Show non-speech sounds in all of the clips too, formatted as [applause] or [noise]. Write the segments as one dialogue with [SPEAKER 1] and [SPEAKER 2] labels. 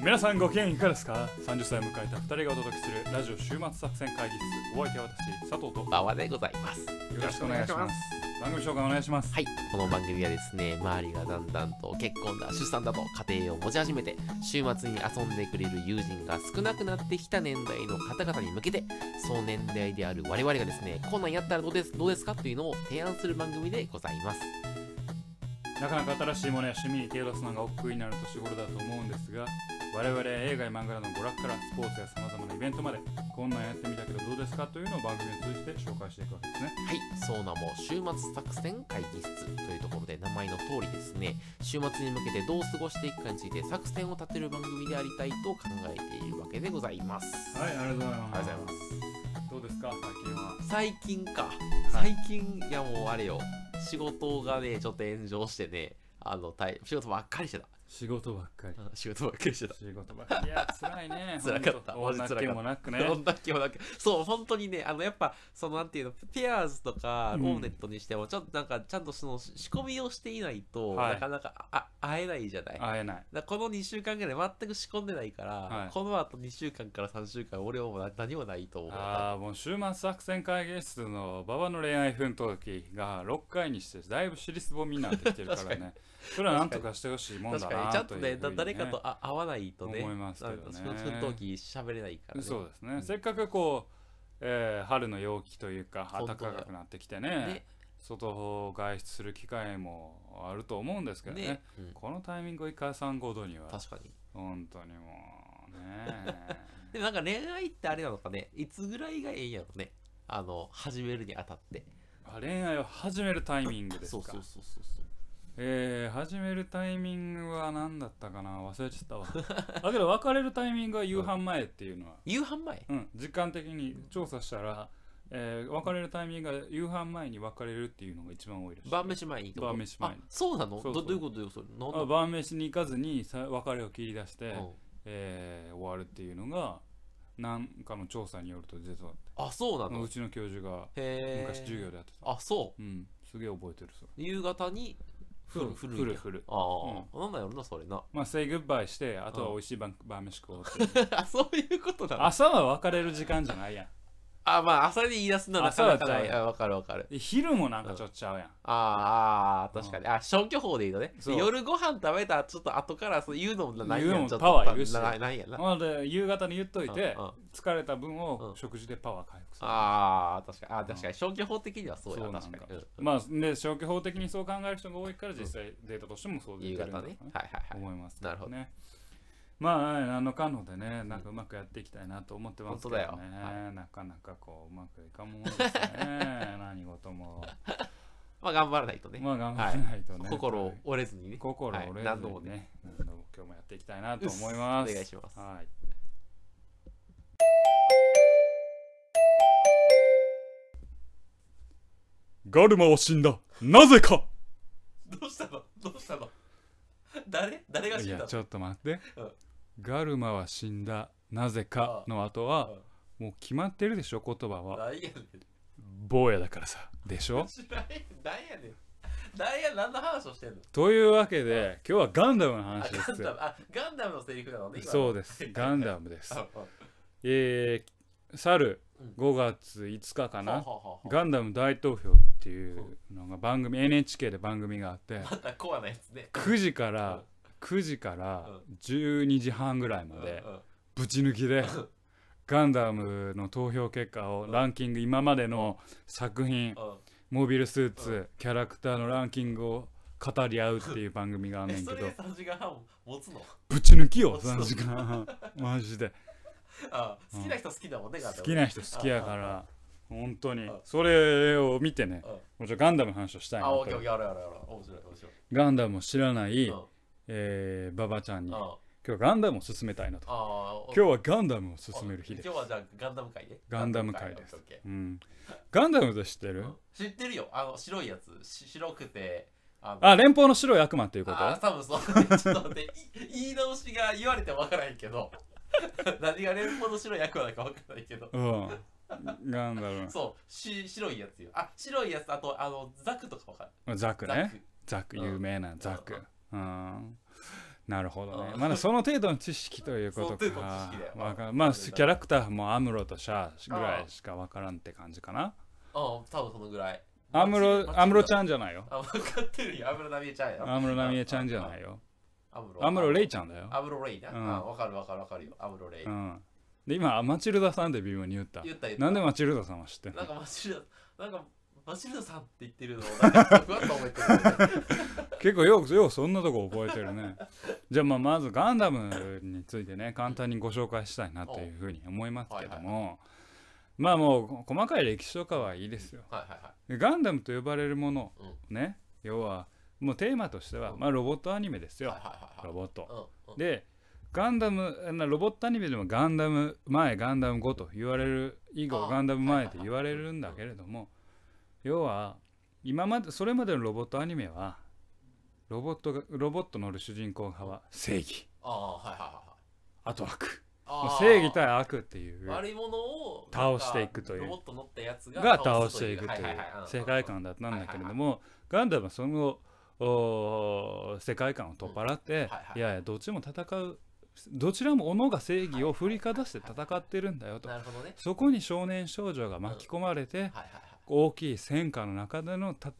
[SPEAKER 1] 皆さんご機嫌いかがですか ?30 歳を迎えた2人がお届けするラジオ週末作戦会議室お相手は私佐藤とよ
[SPEAKER 2] 馬場でございます。
[SPEAKER 1] ろしくお願いします番組紹介お願いします
[SPEAKER 2] はい、この番組はですね、周りがだんだんと結婚だ、出産だと家庭を持ち始めて、週末に遊んでくれる友人が少なくなってきた年代の方々に向けて、その年代である我々がですね、こんなんやったらどうですどうですかというのを提案する番組でございます。
[SPEAKER 1] なかなか新しいものや趣味に手を出すのが億劫になる年頃だと思うんですが我々は映画や漫画などの娯楽からスポーツやさまざまなイベントまでこんなんやってみたけどどうですかというのを番組を通じて紹介していくわけですね
[SPEAKER 2] はい、そうなも週末作戦会議室というところで名前の通りですね、週末に向けてどう過ごしていくかについて作戦を立てる番組でありたいと考えているわけでございます。
[SPEAKER 1] はいありがとうございます
[SPEAKER 2] ありがとうござい
[SPEAKER 1] ますどうですか最近は
[SPEAKER 2] 最近か、
[SPEAKER 1] はい
[SPEAKER 2] 最近いやもうあれよ仕事がねちょっと炎上してねあの大仕事ばっかりしてた
[SPEAKER 1] 仕事ばっかり
[SPEAKER 2] うん仕事ばっかりしてた
[SPEAKER 1] 仕事ばっかりいや [laughs] 辛いね
[SPEAKER 2] 辛かった
[SPEAKER 1] ほんと
[SPEAKER 2] マジ辛かった
[SPEAKER 1] 女っ気もなくね
[SPEAKER 2] どんだけもなんかそう本当にねあのやっぱそのなんていうのペアーズとか
[SPEAKER 1] う
[SPEAKER 2] オ
[SPEAKER 1] ん
[SPEAKER 2] ーネットにしてもちょっとなんかちゃんとその仕込みをしていないと、
[SPEAKER 1] はい
[SPEAKER 2] なかなかあ会えないじゃない
[SPEAKER 1] 会えない
[SPEAKER 2] だからこの2週間ぐらい全く仕込んでないから、
[SPEAKER 1] はい
[SPEAKER 2] この後2週間から3週間俺はもう何もないと思う
[SPEAKER 1] ああもう週末作戦会議室の馬場の恋愛奮闘記が6回にしてだいぶ尻すぼみになってきてるから
[SPEAKER 2] 確か
[SPEAKER 1] ね
[SPEAKER 2] [laughs]
[SPEAKER 1] それはなんとかしてほしいもんだ
[SPEAKER 2] 確かに
[SPEAKER 1] な
[SPEAKER 2] ちゃん
[SPEAKER 1] と
[SPEAKER 2] と
[SPEAKER 1] いう
[SPEAKER 2] ね
[SPEAKER 1] ふう
[SPEAKER 2] だ
[SPEAKER 1] に
[SPEAKER 2] 誰かとあ会わないとね
[SPEAKER 1] 思いますけどね
[SPEAKER 2] あのその奮闘記喋れないからね
[SPEAKER 1] そうですね、
[SPEAKER 2] うん
[SPEAKER 1] せっかくこう、えー春の陽気というか
[SPEAKER 2] 本
[SPEAKER 1] 暖
[SPEAKER 2] 当だよ
[SPEAKER 1] かくなってきて
[SPEAKER 2] ね
[SPEAKER 1] ね外を外出する機会もあると思うんですけどね
[SPEAKER 2] ね、うん
[SPEAKER 1] このタイミングを一回参考度には
[SPEAKER 2] 確かに
[SPEAKER 1] 本当にもうね [laughs]
[SPEAKER 2] でもなんか恋愛ってあれなのかねいつぐらいがええんやろねあの始めるにあたって
[SPEAKER 1] あ恋愛を始めるタイミングですか
[SPEAKER 2] そうそうそうそうそう
[SPEAKER 1] えー、始めるタイミングは何だったかな忘れちゃったわ [laughs] だけど別れるタイミングは夕飯前っていうのは、
[SPEAKER 2] 夕飯前
[SPEAKER 1] うん、時間的に調査したら、えー、別れるタイミングが夕飯前に別れるっていうのが一番多いらしい
[SPEAKER 2] 晩飯前にってこと
[SPEAKER 1] 晩飯前に
[SPEAKER 2] あそうなの
[SPEAKER 1] そうそう
[SPEAKER 2] どどういうことよそれなんだ
[SPEAKER 1] あ晩飯に行かずにさ別れを切り出して、
[SPEAKER 2] うん
[SPEAKER 1] えー終わるっていうのが何かの調査によると出そうだって
[SPEAKER 2] あそうな
[SPEAKER 1] うん
[SPEAKER 2] の
[SPEAKER 1] うちの教授が
[SPEAKER 2] へえ
[SPEAKER 1] 昔授業でやってた、
[SPEAKER 2] あそう
[SPEAKER 1] うんすげえ覚えてるそう
[SPEAKER 2] 夕方にふるふる
[SPEAKER 1] ふるふる
[SPEAKER 2] ああ、なんだよなそれな [laughs]
[SPEAKER 1] まあ say goodbye してあとは美味しい晩晩飯食おうっていう
[SPEAKER 2] あそういうことなの
[SPEAKER 1] [laughs] 朝は別れる時間じゃないやん
[SPEAKER 2] あまあ朝で言い出すのはなかなかな
[SPEAKER 1] 朝は
[SPEAKER 2] い
[SPEAKER 1] ちゃう
[SPEAKER 2] あわかるわかる
[SPEAKER 1] で昼もなんかちょっとちゃうやん、
[SPEAKER 2] あーあー確かに、あ消去法でいいのね
[SPEAKER 1] そう
[SPEAKER 2] 夜ご飯食べたちょっと後からそう言うのもないや
[SPEAKER 1] 言うんの
[SPEAKER 2] ちょっと
[SPEAKER 1] パワーいるし
[SPEAKER 2] なないやな
[SPEAKER 1] なので夕方に言っといて
[SPEAKER 2] うんうん
[SPEAKER 1] 疲れた分を
[SPEAKER 2] うん
[SPEAKER 1] 食事でパワー回復する
[SPEAKER 2] あー確かにあー確かに消去法的にはそうや
[SPEAKER 1] そうな
[SPEAKER 2] なん
[SPEAKER 1] か
[SPEAKER 2] 確かに、うん
[SPEAKER 1] まあで消去法的にそう考える人が多いから実際データとしてもそう出て
[SPEAKER 2] 夕
[SPEAKER 1] るんだろ
[SPEAKER 2] 方
[SPEAKER 1] う
[SPEAKER 2] ね
[SPEAKER 1] ね
[SPEAKER 2] はいはいはい
[SPEAKER 1] 思います
[SPEAKER 2] なるほど
[SPEAKER 1] ねまあ何のかのでねなんかうまくやっていきたいなと思ってますけどね
[SPEAKER 2] 本当だよ
[SPEAKER 1] なかなかこううまくいかんもんですね
[SPEAKER 2] [laughs]
[SPEAKER 1] 何事も
[SPEAKER 2] まあ頑張らないとね、
[SPEAKER 1] まあ頑張らないとね、
[SPEAKER 2] 心を折れずにね
[SPEAKER 1] 心折れずにね、
[SPEAKER 2] はい何度もね
[SPEAKER 1] 何度も今日もやっていきたいなと思います。
[SPEAKER 2] お願いします
[SPEAKER 1] はい。ガルマは死んだ。なぜか。
[SPEAKER 2] どうしたのどうしたの誰誰が死
[SPEAKER 1] い
[SPEAKER 2] んだ
[SPEAKER 1] や
[SPEAKER 2] の
[SPEAKER 1] ちょっと待って
[SPEAKER 2] うん。
[SPEAKER 1] ガルマは死んだ。なぜかの後は
[SPEAKER 2] うん
[SPEAKER 1] もう決まってるでしょ言葉は。
[SPEAKER 2] 何やねん
[SPEAKER 1] 坊やだからさ。でしょ
[SPEAKER 2] 知らん何やねん何や何の話をしてんの
[SPEAKER 1] というわけで今日はガンダムの
[SPEAKER 2] あ
[SPEAKER 1] 話で
[SPEAKER 2] ガン
[SPEAKER 1] す
[SPEAKER 2] ダ。ムあガンダムのセリフなのね今の
[SPEAKER 1] そうです。ガンダムです
[SPEAKER 2] あ。あ
[SPEAKER 1] えー、去る
[SPEAKER 2] うん
[SPEAKER 1] 5月5日か
[SPEAKER 2] は
[SPEAKER 1] な、
[SPEAKER 2] ははは
[SPEAKER 1] ガンダム大投票っていうのが番組 NHK で番組があって
[SPEAKER 2] またコアなやつね
[SPEAKER 1] 9時から9時から12時半ぐらいまで
[SPEAKER 2] うんうん
[SPEAKER 1] ぶち抜きでガンダムの投票結果をランキング今までの作品
[SPEAKER 2] うん
[SPEAKER 1] モビルスーツキャラクターのランキングを語り合うっていう番組があん
[SPEAKER 2] え
[SPEAKER 1] ねんけ
[SPEAKER 2] それ
[SPEAKER 1] ど
[SPEAKER 2] で3時間半持つの
[SPEAKER 1] ぶち抜きよ
[SPEAKER 2] そう
[SPEAKER 1] 3時間
[SPEAKER 2] [laughs]
[SPEAKER 1] 半マジで
[SPEAKER 2] あ好きな人好きだもんね、ガンダ
[SPEAKER 1] 好
[SPEAKER 2] ム
[SPEAKER 1] きな人好きやから本当に
[SPEAKER 2] うん
[SPEAKER 1] それを見てね
[SPEAKER 2] うん
[SPEAKER 1] もちろんガンダムの話をしたいな
[SPEAKER 2] あ、
[SPEAKER 1] と
[SPEAKER 2] オッケーオッケー、あるあるある。面白い、面白い。
[SPEAKER 1] ガンダムを知らない、
[SPEAKER 2] うん
[SPEAKER 1] えー、ババちゃんに
[SPEAKER 2] うん
[SPEAKER 1] 今
[SPEAKER 2] あ
[SPEAKER 1] 日はガンダムを進めたいなと
[SPEAKER 2] あ、
[SPEAKER 1] 今日はガンダムを進める日で
[SPEAKER 2] 今日はじゃあガンダム会ね。
[SPEAKER 1] ガンダム会です
[SPEAKER 2] ガンダム会
[SPEAKER 1] うん、ガンダムって知って
[SPEAKER 2] オッケー
[SPEAKER 1] る
[SPEAKER 2] オッケーうん知ってるよ、あの、白いやつ。し白くて。あの
[SPEAKER 1] あ連邦の白い悪魔っていうこと
[SPEAKER 2] あー、多分そう。ちょっと待って、い言い直しが言われてもわからへんけど。 [laughs] 何が連邦の白い役割かわからないけど。
[SPEAKER 1] うんガンダム
[SPEAKER 2] そう、し白いやつよ。あ、白いやつ、あと、あの、ザクとかわかる。
[SPEAKER 1] ザク
[SPEAKER 2] ザ
[SPEAKER 1] ね
[SPEAKER 2] ク。
[SPEAKER 1] ザク
[SPEAKER 2] うん
[SPEAKER 1] 有名なザク
[SPEAKER 2] うん
[SPEAKER 1] うんっなるほどね
[SPEAKER 2] う。ん
[SPEAKER 1] まだその程度の知識ということ
[SPEAKER 2] その程度の知
[SPEAKER 1] か
[SPEAKER 2] 識だよ。
[SPEAKER 1] わかんまあ、キャラクターもアムロとシャアぐら
[SPEAKER 2] あ
[SPEAKER 1] いしかわからんって感じかな。
[SPEAKER 2] ああ、多分そのぐらい。
[SPEAKER 1] アムロ、アムロち
[SPEAKER 2] ん。
[SPEAKER 1] ゃんじゃないよ。
[SPEAKER 2] あ、分かってるよ。アムロナミエちゃんやろ。
[SPEAKER 1] アムロナミエちゃんじゃないよ。
[SPEAKER 2] アムロ。
[SPEAKER 1] アムロレイ
[SPEAKER 2] ち
[SPEAKER 1] ちゃんだよ。
[SPEAKER 2] アムロレイな。
[SPEAKER 1] うん
[SPEAKER 2] あ分かる分かる分かるよ。アムロレイ
[SPEAKER 1] う。ん。で、今、マチルダさんで微妙に言った。
[SPEAKER 2] 言った言った。
[SPEAKER 1] なんでマチルダさんは知ってんの
[SPEAKER 2] なんかマシルダ、なんかマシルダさんって言ってるのを、なんかふわっと覚え
[SPEAKER 1] [laughs]
[SPEAKER 2] てるよね。
[SPEAKER 1] 結構よくよくそんなとこ覚えてるね [laughs] じゃあまあまずガンダムについてね簡単にご紹介したいなというふうに思いますけど
[SPEAKER 2] はい
[SPEAKER 1] もまあもう細かい歴史とかはいいですよ
[SPEAKER 2] はいはいはい。
[SPEAKER 1] ガンダムと呼ばれるものね要はもうテーマとしては
[SPEAKER 2] うん
[SPEAKER 1] まあロボットアニメですよ
[SPEAKER 2] はいはいはい
[SPEAKER 1] ロ
[SPEAKER 2] はい。
[SPEAKER 1] ボット
[SPEAKER 2] うんうん
[SPEAKER 1] でガンダムあのロボットアニメでもガンダム前ガンダム後と言われる以後
[SPEAKER 2] あ
[SPEAKER 1] ガンダム前と言われるんだけれども要は今までそれまでのロボットアニメはロボットがロボットの乗る主人公派は正義
[SPEAKER 2] ああ、はいはいはいはい。
[SPEAKER 1] あと悪
[SPEAKER 2] あ
[SPEAKER 1] も
[SPEAKER 2] ー
[SPEAKER 1] う正義対悪っていう
[SPEAKER 2] 悪いものを
[SPEAKER 1] 倒していくという
[SPEAKER 2] ロボット乗ったやつが
[SPEAKER 1] が倒していくとい
[SPEAKER 2] は
[SPEAKER 1] う
[SPEAKER 2] はは
[SPEAKER 1] 世界観だったんだけれどもガンダムはそのおー世界観を取っ払って
[SPEAKER 2] はいはい
[SPEAKER 1] いやいやどっちも戦うどちらも己が正義を振りかざして戦ってるんだよと
[SPEAKER 2] なるほどね
[SPEAKER 1] そこに少年少女が巻き込まれて、
[SPEAKER 2] はいはい
[SPEAKER 1] 大きい戦火の中でのた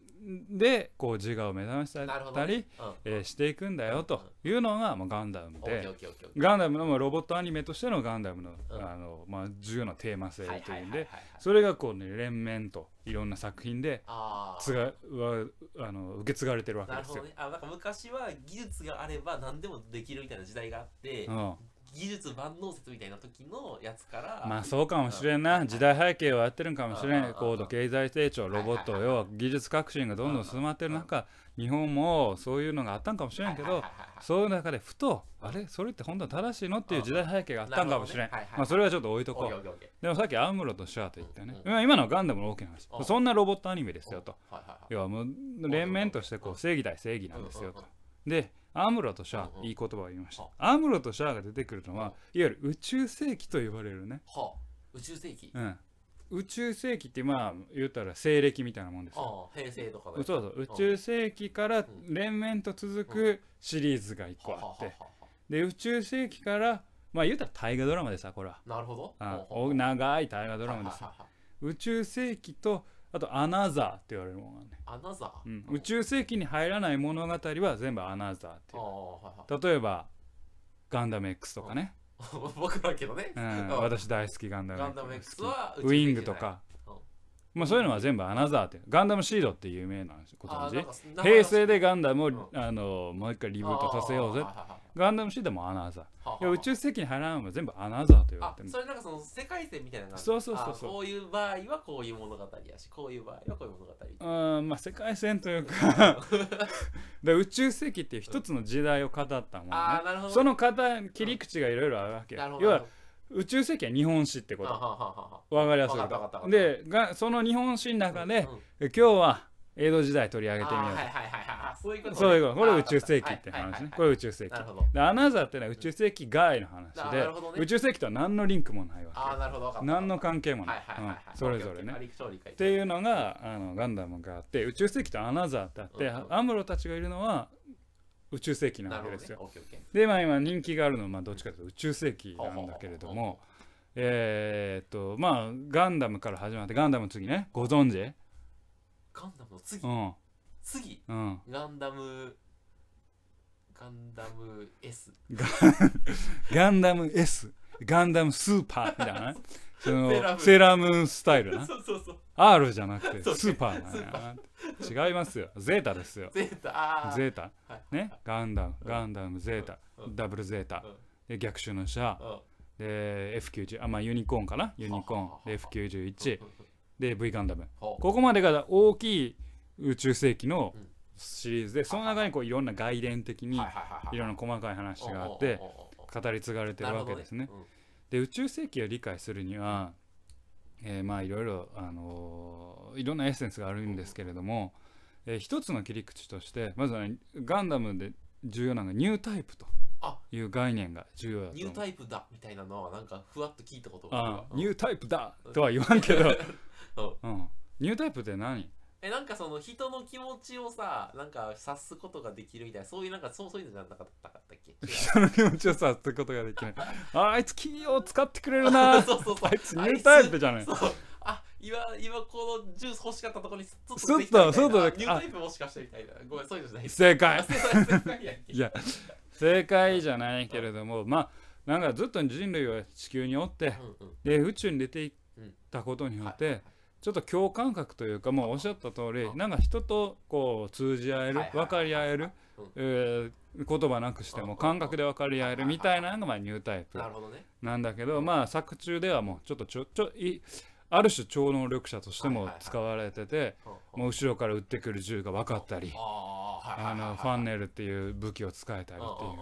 [SPEAKER 1] でこう自我を目覚ました
[SPEAKER 2] はいなるほど
[SPEAKER 1] たり、
[SPEAKER 2] ねうん
[SPEAKER 1] えーしていくんだよというのが、まあ、ガンダム
[SPEAKER 2] オッケー
[SPEAKER 1] で
[SPEAKER 2] オッケーオッケーオッケ
[SPEAKER 1] ガンダムのまあロボットアニメとしてのガンダムの,、
[SPEAKER 2] うん
[SPEAKER 1] あのまあ、重要なテーマ性
[SPEAKER 2] ー
[SPEAKER 1] というんで、
[SPEAKER 2] はいはいはいはいはい
[SPEAKER 1] それがこう、ね、連綿といろんな作品で
[SPEAKER 2] あ
[SPEAKER 1] つ
[SPEAKER 2] ー
[SPEAKER 1] がわあの受け継がれてるわけ
[SPEAKER 2] な
[SPEAKER 1] で
[SPEAKER 2] るほ
[SPEAKER 1] す
[SPEAKER 2] ど
[SPEAKER 1] よ。
[SPEAKER 2] ねあなんか昔は技術があれば何でもできるみたいな時代があって
[SPEAKER 1] うん
[SPEAKER 2] 技術万能説みたいな時のやつから
[SPEAKER 1] まあそうかもしれんな時代背景をやってるんかもしれ
[SPEAKER 2] うん
[SPEAKER 1] ん高度経済成長ロボット要は技術革新がどんどん進まってる中日本もそういうのがあったんかもしれんけ
[SPEAKER 2] はい
[SPEAKER 1] ど
[SPEAKER 2] はいはいはい
[SPEAKER 1] そういう中でふとあれそれって本当は正しいのっていう時代背景があったんかもしれん
[SPEAKER 2] なるほどねはいはいはい
[SPEAKER 1] まあそれはちょっと置いと
[SPEAKER 2] オッ
[SPEAKER 1] こ
[SPEAKER 2] ケー
[SPEAKER 1] う
[SPEAKER 2] オッケーオッケ
[SPEAKER 1] でもさっきアムロとシャアと言ったね
[SPEAKER 2] うん
[SPEAKER 1] まあ今のガンダムの大きな話
[SPEAKER 2] うん
[SPEAKER 1] そんなロボットアニメです
[SPEAKER 2] ー
[SPEAKER 1] よと
[SPEAKER 2] はいはいはい
[SPEAKER 1] 要はもう連綿としてこう正義対正義なんですよ
[SPEAKER 2] うん
[SPEAKER 1] とでアムロとシャ
[SPEAKER 2] うんう
[SPEAKER 1] ア
[SPEAKER 2] ん
[SPEAKER 1] いい言葉を言いました
[SPEAKER 2] は
[SPEAKER 1] アムロとシャアが出てくるの
[SPEAKER 2] うん
[SPEAKER 1] はいわゆる宇宙世紀と言われるね
[SPEAKER 2] はあ宇宙世紀
[SPEAKER 1] うん、宇宙世紀ってまあ言ったら西暦みたいなもんですよ。
[SPEAKER 2] ああ平成とかの
[SPEAKER 1] そう
[SPEAKER 2] やつ
[SPEAKER 1] そう宇宙世紀から連綿と続くシリーズが1個
[SPEAKER 2] はあ
[SPEAKER 1] あ
[SPEAKER 2] は
[SPEAKER 1] っ
[SPEAKER 2] あは
[SPEAKER 1] て
[SPEAKER 2] あは
[SPEAKER 1] で宇宙世紀からまあ言うたら大河ドラマでさこれは
[SPEAKER 2] あなるほど
[SPEAKER 1] あ
[SPEAKER 2] ほうほうほう
[SPEAKER 1] 長い大河ドラマで
[SPEAKER 2] はい
[SPEAKER 1] さ
[SPEAKER 2] はいはい
[SPEAKER 1] 宇宙世紀とあとアナザーって言われるものがね、
[SPEAKER 2] はいアナザ
[SPEAKER 1] う
[SPEAKER 2] ー
[SPEAKER 1] ん、宇宙世紀に入らない物語は全部アナザーっ
[SPEAKER 2] ああはいはい
[SPEAKER 1] ていう例えばガンダム X とかね、
[SPEAKER 2] 僕らけどね、
[SPEAKER 1] うん、
[SPEAKER 2] うん
[SPEAKER 1] 私大好きガンダム
[SPEAKER 2] ガンダム X は
[SPEAKER 1] ウィングとか
[SPEAKER 2] うん、
[SPEAKER 1] まあ、そういうのは全部アナザーってガンダムシードって有名なご存知
[SPEAKER 2] 知
[SPEAKER 1] 平成でガンダムを、
[SPEAKER 2] うん
[SPEAKER 1] あのもう一回リ
[SPEAKER 2] リ
[SPEAKER 1] ブートさせようぜガンダムシードもアナザーいや宇宙世紀に入らないのは全部アナザーと言われ
[SPEAKER 2] あ
[SPEAKER 1] てる
[SPEAKER 2] それなんかその世界線みたいな感じ
[SPEAKER 1] そうそうそうそう
[SPEAKER 2] あこういう場合はこういう物語やしこういう場合はこういう物語
[SPEAKER 1] うーんまあ世界線という
[SPEAKER 2] [laughs]
[SPEAKER 1] かで宇宙世紀っていう一つの時代を語ったもんね
[SPEAKER 2] あーなるほど
[SPEAKER 1] その方切り口がいろいろあるわけ、
[SPEAKER 2] なるほど
[SPEAKER 1] 要は宇宙世紀は日本史ってこ
[SPEAKER 2] なるほ
[SPEAKER 1] と
[SPEAKER 2] どはははは
[SPEAKER 1] わかりやすいこ
[SPEAKER 2] わかったわかった
[SPEAKER 1] とでがその日本史の中で、
[SPEAKER 2] うん
[SPEAKER 1] 今日は江戸時代取り上
[SPEAKER 2] あ
[SPEAKER 1] げ
[SPEAKER 2] ー
[SPEAKER 1] てみよう
[SPEAKER 2] はい
[SPEAKER 1] と
[SPEAKER 2] はいはいはいそういうことね
[SPEAKER 1] そういうことこれ
[SPEAKER 2] あー
[SPEAKER 1] 宇宙世紀って
[SPEAKER 2] はいは
[SPEAKER 1] 話
[SPEAKER 2] いは
[SPEAKER 1] ね
[SPEAKER 2] い
[SPEAKER 1] これ宇宙世紀
[SPEAKER 2] なるほど
[SPEAKER 1] でアナザーってのは宇宙世紀外の話
[SPEAKER 2] あーな
[SPEAKER 1] で
[SPEAKER 2] るほどね
[SPEAKER 1] 宇宙世紀とは何のリンクもない
[SPEAKER 2] あ
[SPEAKER 1] わ
[SPEAKER 2] ーなるほどわかっ
[SPEAKER 1] け
[SPEAKER 2] た
[SPEAKER 1] 何の
[SPEAKER 2] は
[SPEAKER 1] 関係も
[SPEAKER 2] い
[SPEAKER 1] ない
[SPEAKER 2] はいは
[SPEAKER 1] う
[SPEAKER 2] い
[SPEAKER 1] ん
[SPEAKER 2] はい
[SPEAKER 1] それぞれね
[SPEAKER 2] オッケーオッケーあ
[SPEAKER 1] っ
[SPEAKER 2] りきと理解って
[SPEAKER 1] いうのがあのガンダムがあって宇宙世紀とアナザーってあって
[SPEAKER 2] うんうん
[SPEAKER 1] アムロたちがいるのは宇宙世紀な
[SPEAKER 2] な
[SPEAKER 1] わ
[SPEAKER 2] るほ
[SPEAKER 1] け
[SPEAKER 2] ど
[SPEAKER 1] です
[SPEAKER 2] ね
[SPEAKER 1] よ
[SPEAKER 2] オッケーオッケー
[SPEAKER 1] でまあ今人気があるのはまあどっちかというと宇宙世紀なんだけれど
[SPEAKER 2] ほうほうほうほ
[SPEAKER 1] もえーっとまあガンダムから始まってガンダムの次ねご存知
[SPEAKER 2] ガンダムの次
[SPEAKER 1] うん
[SPEAKER 2] 次
[SPEAKER 1] うん
[SPEAKER 2] ガンダムガンダム S
[SPEAKER 1] ガンダム S、ガンダムスーパーみたいな
[SPEAKER 2] [laughs]
[SPEAKER 1] ね。その
[SPEAKER 2] セーラームーン
[SPEAKER 1] セーラームーンスタイルな。
[SPEAKER 2] [laughs] そうそうそう
[SPEAKER 1] R じゃなくて
[SPEAKER 2] そう
[SPEAKER 1] スーパー
[SPEAKER 2] ス
[SPEAKER 1] なんや違いますよ。ゼータですよ。
[SPEAKER 2] ゼータあー
[SPEAKER 1] ゼータ
[SPEAKER 2] はい。
[SPEAKER 1] ね。ガンダム、
[SPEAKER 2] うん
[SPEAKER 1] ガンダム、ゼータ、
[SPEAKER 2] うん
[SPEAKER 1] ダブルゼータ。で、逆襲のシャア。
[SPEAKER 2] うん
[SPEAKER 1] で、F90、あ、まあユニコーンかな。ユニコーン
[SPEAKER 2] ははは。
[SPEAKER 1] で、F91。で、V ガンダム。
[SPEAKER 2] ほう
[SPEAKER 1] ここまでが大きい宇宙世紀の
[SPEAKER 2] うん
[SPEAKER 1] シリーズで、その中にこういろんな外伝的に
[SPEAKER 2] はいはいはいはい
[SPEAKER 1] いろんな細かい話があって
[SPEAKER 2] おうおうおうおう
[SPEAKER 1] 語り継がれてるわけですね
[SPEAKER 2] な。るほどね
[SPEAKER 1] で宇宙世紀を理解するには、えーまあいろいろ、あのーいろんなエッセンスがあるんですけれども、えー一つの切り口としてまずはねガンダムで重要なのがニュータイプと
[SPEAKER 2] あ
[SPEAKER 1] いう概念が重要だ
[SPEAKER 2] う
[SPEAKER 1] と
[SPEAKER 2] ん
[SPEAKER 1] 思う
[SPEAKER 2] ニュータイプだみたいなのはなんかふわっと聞いたことが
[SPEAKER 1] あ
[SPEAKER 2] あ
[SPEAKER 1] ーニ
[SPEAKER 2] る
[SPEAKER 1] ュータイプだとは言わんけど、
[SPEAKER 2] [laughs] うん
[SPEAKER 1] うん、ニュータイプって何
[SPEAKER 2] えなんかその人の気持ちをさなんか察すことができるみたいなそういうなんかそうそういうのじゃなかったっけけ
[SPEAKER 1] 人の気持ちをさすことができないああいつ企業使ってくれるな
[SPEAKER 2] あ
[SPEAKER 1] あ
[SPEAKER 2] [laughs] そうそうそう
[SPEAKER 1] いつニュータイプじゃない
[SPEAKER 2] そうあ今今このジュース欲しかったところにスッと
[SPEAKER 1] スッと
[SPEAKER 2] できたみたいな
[SPEAKER 1] スッとで
[SPEAKER 2] あニュータイプもしかしてみたいなごめんそういうのじゃない
[SPEAKER 1] 正解
[SPEAKER 2] あそういうのじゃないや
[SPEAKER 1] [laughs] いや正解じゃないけれどもまあなんかずっと人類は地球におって
[SPEAKER 2] うんうん
[SPEAKER 1] で宇宙に出ていったことによって、ちょっと共感覚というかもうおっしゃった通り
[SPEAKER 2] うん
[SPEAKER 1] なんか人とこう通じ合える
[SPEAKER 2] はいはいはい
[SPEAKER 1] 分かり合える、
[SPEAKER 2] うん
[SPEAKER 1] えー言葉なくして
[SPEAKER 2] うんうんう
[SPEAKER 1] も
[SPEAKER 2] ん
[SPEAKER 1] 感覚で分かり合えるみたいなのがまあニュータイプ
[SPEAKER 2] なるほどね
[SPEAKER 1] なんだけどまあ作中ではもうちょっとちょちょいある種超能力者としても使われてて
[SPEAKER 2] うんうん
[SPEAKER 1] もう後ろから撃ってくる銃が分かったり
[SPEAKER 2] あーはい
[SPEAKER 1] あ
[SPEAKER 2] はいはいはい
[SPEAKER 1] のファンネルっていう武器を使えたりっていう。
[SPEAKER 2] う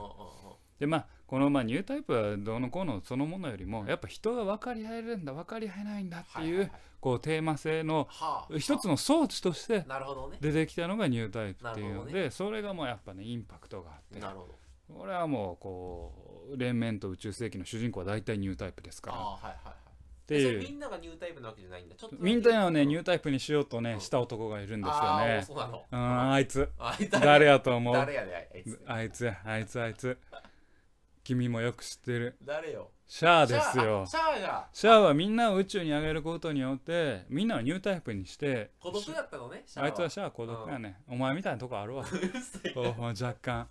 [SPEAKER 1] でまあこのまあニュータイプはどうのこうのそのものよりもやっぱ人が分かり合えるんだ分かり合えないんだって
[SPEAKER 2] んうんうんうん
[SPEAKER 1] い
[SPEAKER 2] はは
[SPEAKER 1] う
[SPEAKER 2] は
[SPEAKER 1] こうテーマ性の
[SPEAKER 2] はあ
[SPEAKER 1] 一つの装置として
[SPEAKER 2] なるほどね
[SPEAKER 1] 出てきたのがニュータイプっていう
[SPEAKER 2] なる
[SPEAKER 1] の
[SPEAKER 2] ほど
[SPEAKER 1] でそれがもうやっぱねインパクトがあって
[SPEAKER 2] なるほど
[SPEAKER 1] これはもうこう連綿と宇宙世紀の主人公は大体ニュータイプですからっ
[SPEAKER 2] ああーはいはいはい
[SPEAKER 1] て
[SPEAKER 2] えそれ
[SPEAKER 1] い
[SPEAKER 2] み
[SPEAKER 1] うん
[SPEAKER 2] ながニュータイプなわけじゃないんだちょっとだけ
[SPEAKER 1] みんなをねニュ
[SPEAKER 2] ー
[SPEAKER 1] ータイプにしようとねした男がいるんですよ
[SPEAKER 2] あー
[SPEAKER 1] ね
[SPEAKER 2] そうなの
[SPEAKER 1] うんあいつ
[SPEAKER 2] あいつ
[SPEAKER 1] 誰やと思う
[SPEAKER 2] 誰やねあ
[SPEAKER 1] あい
[SPEAKER 2] いつ
[SPEAKER 1] つやあいつあいつ君もよく知ってる
[SPEAKER 2] 誰よ
[SPEAKER 1] シャアですよ
[SPEAKER 2] シャアあシャアが
[SPEAKER 1] シャアはみんなを宇宙に上げることによってみんなをニュータイプにして
[SPEAKER 2] 孤独だったのねシャア
[SPEAKER 1] あいつはシャア孤独やね、お前みたいなとこあ
[SPEAKER 2] [laughs]
[SPEAKER 1] るわ [laughs]
[SPEAKER 2] うるさい
[SPEAKER 1] お若干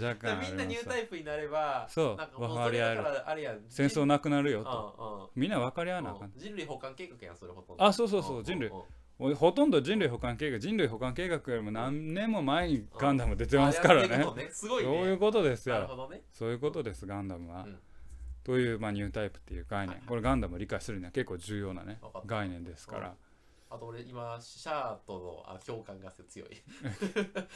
[SPEAKER 1] 若
[SPEAKER 2] だ
[SPEAKER 1] 干
[SPEAKER 2] か
[SPEAKER 1] あ
[SPEAKER 2] らみ
[SPEAKER 1] り
[SPEAKER 2] ん
[SPEAKER 1] ま
[SPEAKER 2] なニュ
[SPEAKER 1] す
[SPEAKER 2] ータイプになれば
[SPEAKER 1] そう
[SPEAKER 2] なんかもう
[SPEAKER 1] 分か
[SPEAKER 2] それ
[SPEAKER 1] り合え
[SPEAKER 2] だ
[SPEAKER 1] る
[SPEAKER 2] からあれや
[SPEAKER 1] 戦争なくなるよ
[SPEAKER 2] うん
[SPEAKER 1] と
[SPEAKER 2] うん
[SPEAKER 1] みんな分かり合わなあかん
[SPEAKER 2] うん人類保管計画やんそれほとんど
[SPEAKER 1] あそうそうそうん人類
[SPEAKER 2] んん
[SPEAKER 1] おほとんど人類保管計画人類保管計画よりも何年も前にガンダム出て
[SPEAKER 2] あ
[SPEAKER 1] ますから
[SPEAKER 2] やって
[SPEAKER 1] ね
[SPEAKER 2] ることすご
[SPEAKER 1] そう
[SPEAKER 2] いね
[SPEAKER 1] いうことです
[SPEAKER 2] なる
[SPEAKER 1] よ
[SPEAKER 2] ほどね
[SPEAKER 1] そういうことですガンダムは、
[SPEAKER 2] うん
[SPEAKER 1] という、まあ、ニュータイプっていう概念これガンダムを理解するには結構重要なね
[SPEAKER 2] わかった
[SPEAKER 1] 概念ですから
[SPEAKER 2] あと俺今シャアとのあ共感が強い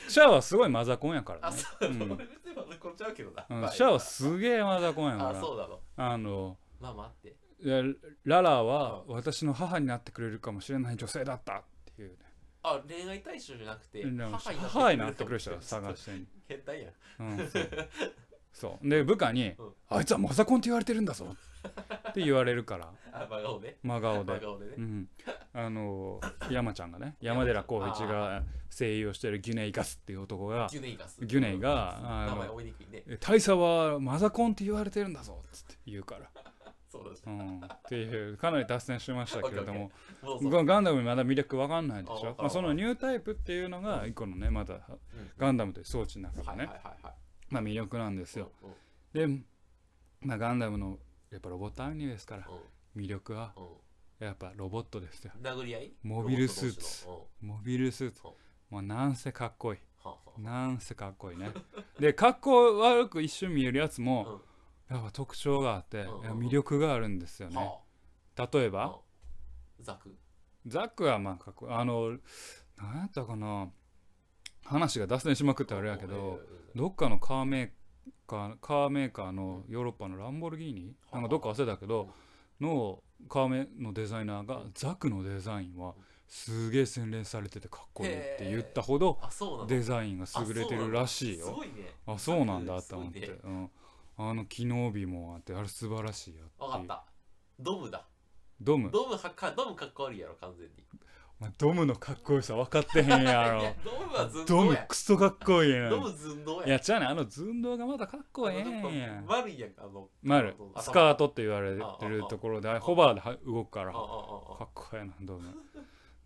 [SPEAKER 1] シャアはすごいマザコンやから
[SPEAKER 2] あ
[SPEAKER 1] ね
[SPEAKER 2] そう
[SPEAKER 1] うん
[SPEAKER 2] [laughs] 俺別にこっちゃうけどな
[SPEAKER 1] うん
[SPEAKER 2] まあ
[SPEAKER 1] シャアはすげえマザコンやか
[SPEAKER 2] あ
[SPEAKER 1] ら
[SPEAKER 2] そうなの
[SPEAKER 1] あの
[SPEAKER 2] まあ待って
[SPEAKER 1] いやララは
[SPEAKER 2] う
[SPEAKER 1] 私の母になってくれるかもしれない女性だったっていうね
[SPEAKER 2] あ恋愛対象じゃなくて
[SPEAKER 1] 母になってくれる人を探
[SPEAKER 2] て
[SPEAKER 1] してん
[SPEAKER 2] 変態やん
[SPEAKER 1] うんそう
[SPEAKER 2] [laughs]
[SPEAKER 1] そうで部下に
[SPEAKER 2] うん
[SPEAKER 1] 「あいつはマザコンって言われてるんだぞ」って言われるから
[SPEAKER 2] あ真顔ね
[SPEAKER 1] 真顔
[SPEAKER 2] 真
[SPEAKER 1] で。
[SPEAKER 2] 顔でね
[SPEAKER 1] うん、あの山ちゃんがね山寺宏一が声優をしてるギュネイガスっていう男が
[SPEAKER 2] ギュネイガス
[SPEAKER 1] ギュネイがあの
[SPEAKER 2] 名前覚えにくいね
[SPEAKER 1] 「大佐はマザコンって言われてるんだぞ」っつって言うから、
[SPEAKER 2] そうだね
[SPEAKER 1] うん、っていうかなり脱線しましたけれど
[SPEAKER 2] [laughs]
[SPEAKER 1] も
[SPEAKER 2] もうそう
[SPEAKER 1] ガガンダムにまだ魅力わかんないでし
[SPEAKER 2] あ
[SPEAKER 1] ょ、
[SPEAKER 2] わかん
[SPEAKER 1] ま
[SPEAKER 2] な
[SPEAKER 1] あ、
[SPEAKER 2] い
[SPEAKER 1] そのニュータイプっていうのが一個のねまだ
[SPEAKER 2] うん
[SPEAKER 1] ガンダムという装置の中
[SPEAKER 2] はい
[SPEAKER 1] で
[SPEAKER 2] はい
[SPEAKER 1] ね
[SPEAKER 2] はいはい
[SPEAKER 1] まあ魅力なんですよ
[SPEAKER 2] うん
[SPEAKER 1] でまあガンダムのやっぱロボットアニメですから魅力は
[SPEAKER 2] うん
[SPEAKER 1] やっぱロボットですよ
[SPEAKER 2] うん殴り合い
[SPEAKER 1] モビルスーツ
[SPEAKER 2] ロボット
[SPEAKER 1] モビルスーツ
[SPEAKER 2] そう
[SPEAKER 1] もうなんせかっこいい
[SPEAKER 2] 同士のうんは
[SPEAKER 1] なんせかっこいいねでかっこ悪く一瞬見えるやつ
[SPEAKER 2] あはあ
[SPEAKER 1] もやっぱ特徴があっていや
[SPEAKER 2] うんうんうん
[SPEAKER 1] 魅力があるんですよ
[SPEAKER 2] うん
[SPEAKER 1] ね
[SPEAKER 2] は
[SPEAKER 1] 例え
[SPEAKER 2] あ
[SPEAKER 1] ば
[SPEAKER 2] うんザク
[SPEAKER 1] ザックはまあかっこいいあの何やったかな話が脱線しまくってあれやけど、どっかのカーメーカーカーメーカーのヨーロッパのランボルギーニ
[SPEAKER 2] は
[SPEAKER 1] な
[SPEAKER 2] あ
[SPEAKER 1] んかどっか忘れたけどのカーメのデザイナーがザクのデザインはすげえ洗練されててかっこいいって言ったほど
[SPEAKER 2] あそうなの
[SPEAKER 1] デザインが優れてるらしい
[SPEAKER 2] す
[SPEAKER 1] よ
[SPEAKER 2] ごいね
[SPEAKER 1] あそうなんだと思っ
[SPEAKER 2] す
[SPEAKER 1] て
[SPEAKER 2] ごいね、
[SPEAKER 1] うん、あの機能美もあってあれ素晴らしいよ
[SPEAKER 2] わ
[SPEAKER 1] ってい
[SPEAKER 2] かっ
[SPEAKER 1] う
[SPEAKER 2] たドムだ
[SPEAKER 1] ドム
[SPEAKER 2] ドムはかドムかっこ悪いやろ完全に
[SPEAKER 1] お前ドムのかっこよさ分かってへん
[SPEAKER 2] [laughs] いや
[SPEAKER 1] や
[SPEAKER 2] ドムはず
[SPEAKER 1] ろ
[SPEAKER 2] ん
[SPEAKER 1] ド
[SPEAKER 2] どう
[SPEAKER 1] ム
[SPEAKER 2] や
[SPEAKER 1] クソかっこいいや
[SPEAKER 2] ド
[SPEAKER 1] ん
[SPEAKER 2] ムずんどう
[SPEAKER 1] いや
[SPEAKER 2] や
[SPEAKER 1] 違うねあの寸胴がまだかっこええんや
[SPEAKER 2] 悪いやんあの
[SPEAKER 1] なる
[SPEAKER 2] 頭
[SPEAKER 1] スカートって言われてるところでホバーでは動くから
[SPEAKER 2] あああ
[SPEAKER 1] か
[SPEAKER 2] ああ
[SPEAKER 1] っこええなドム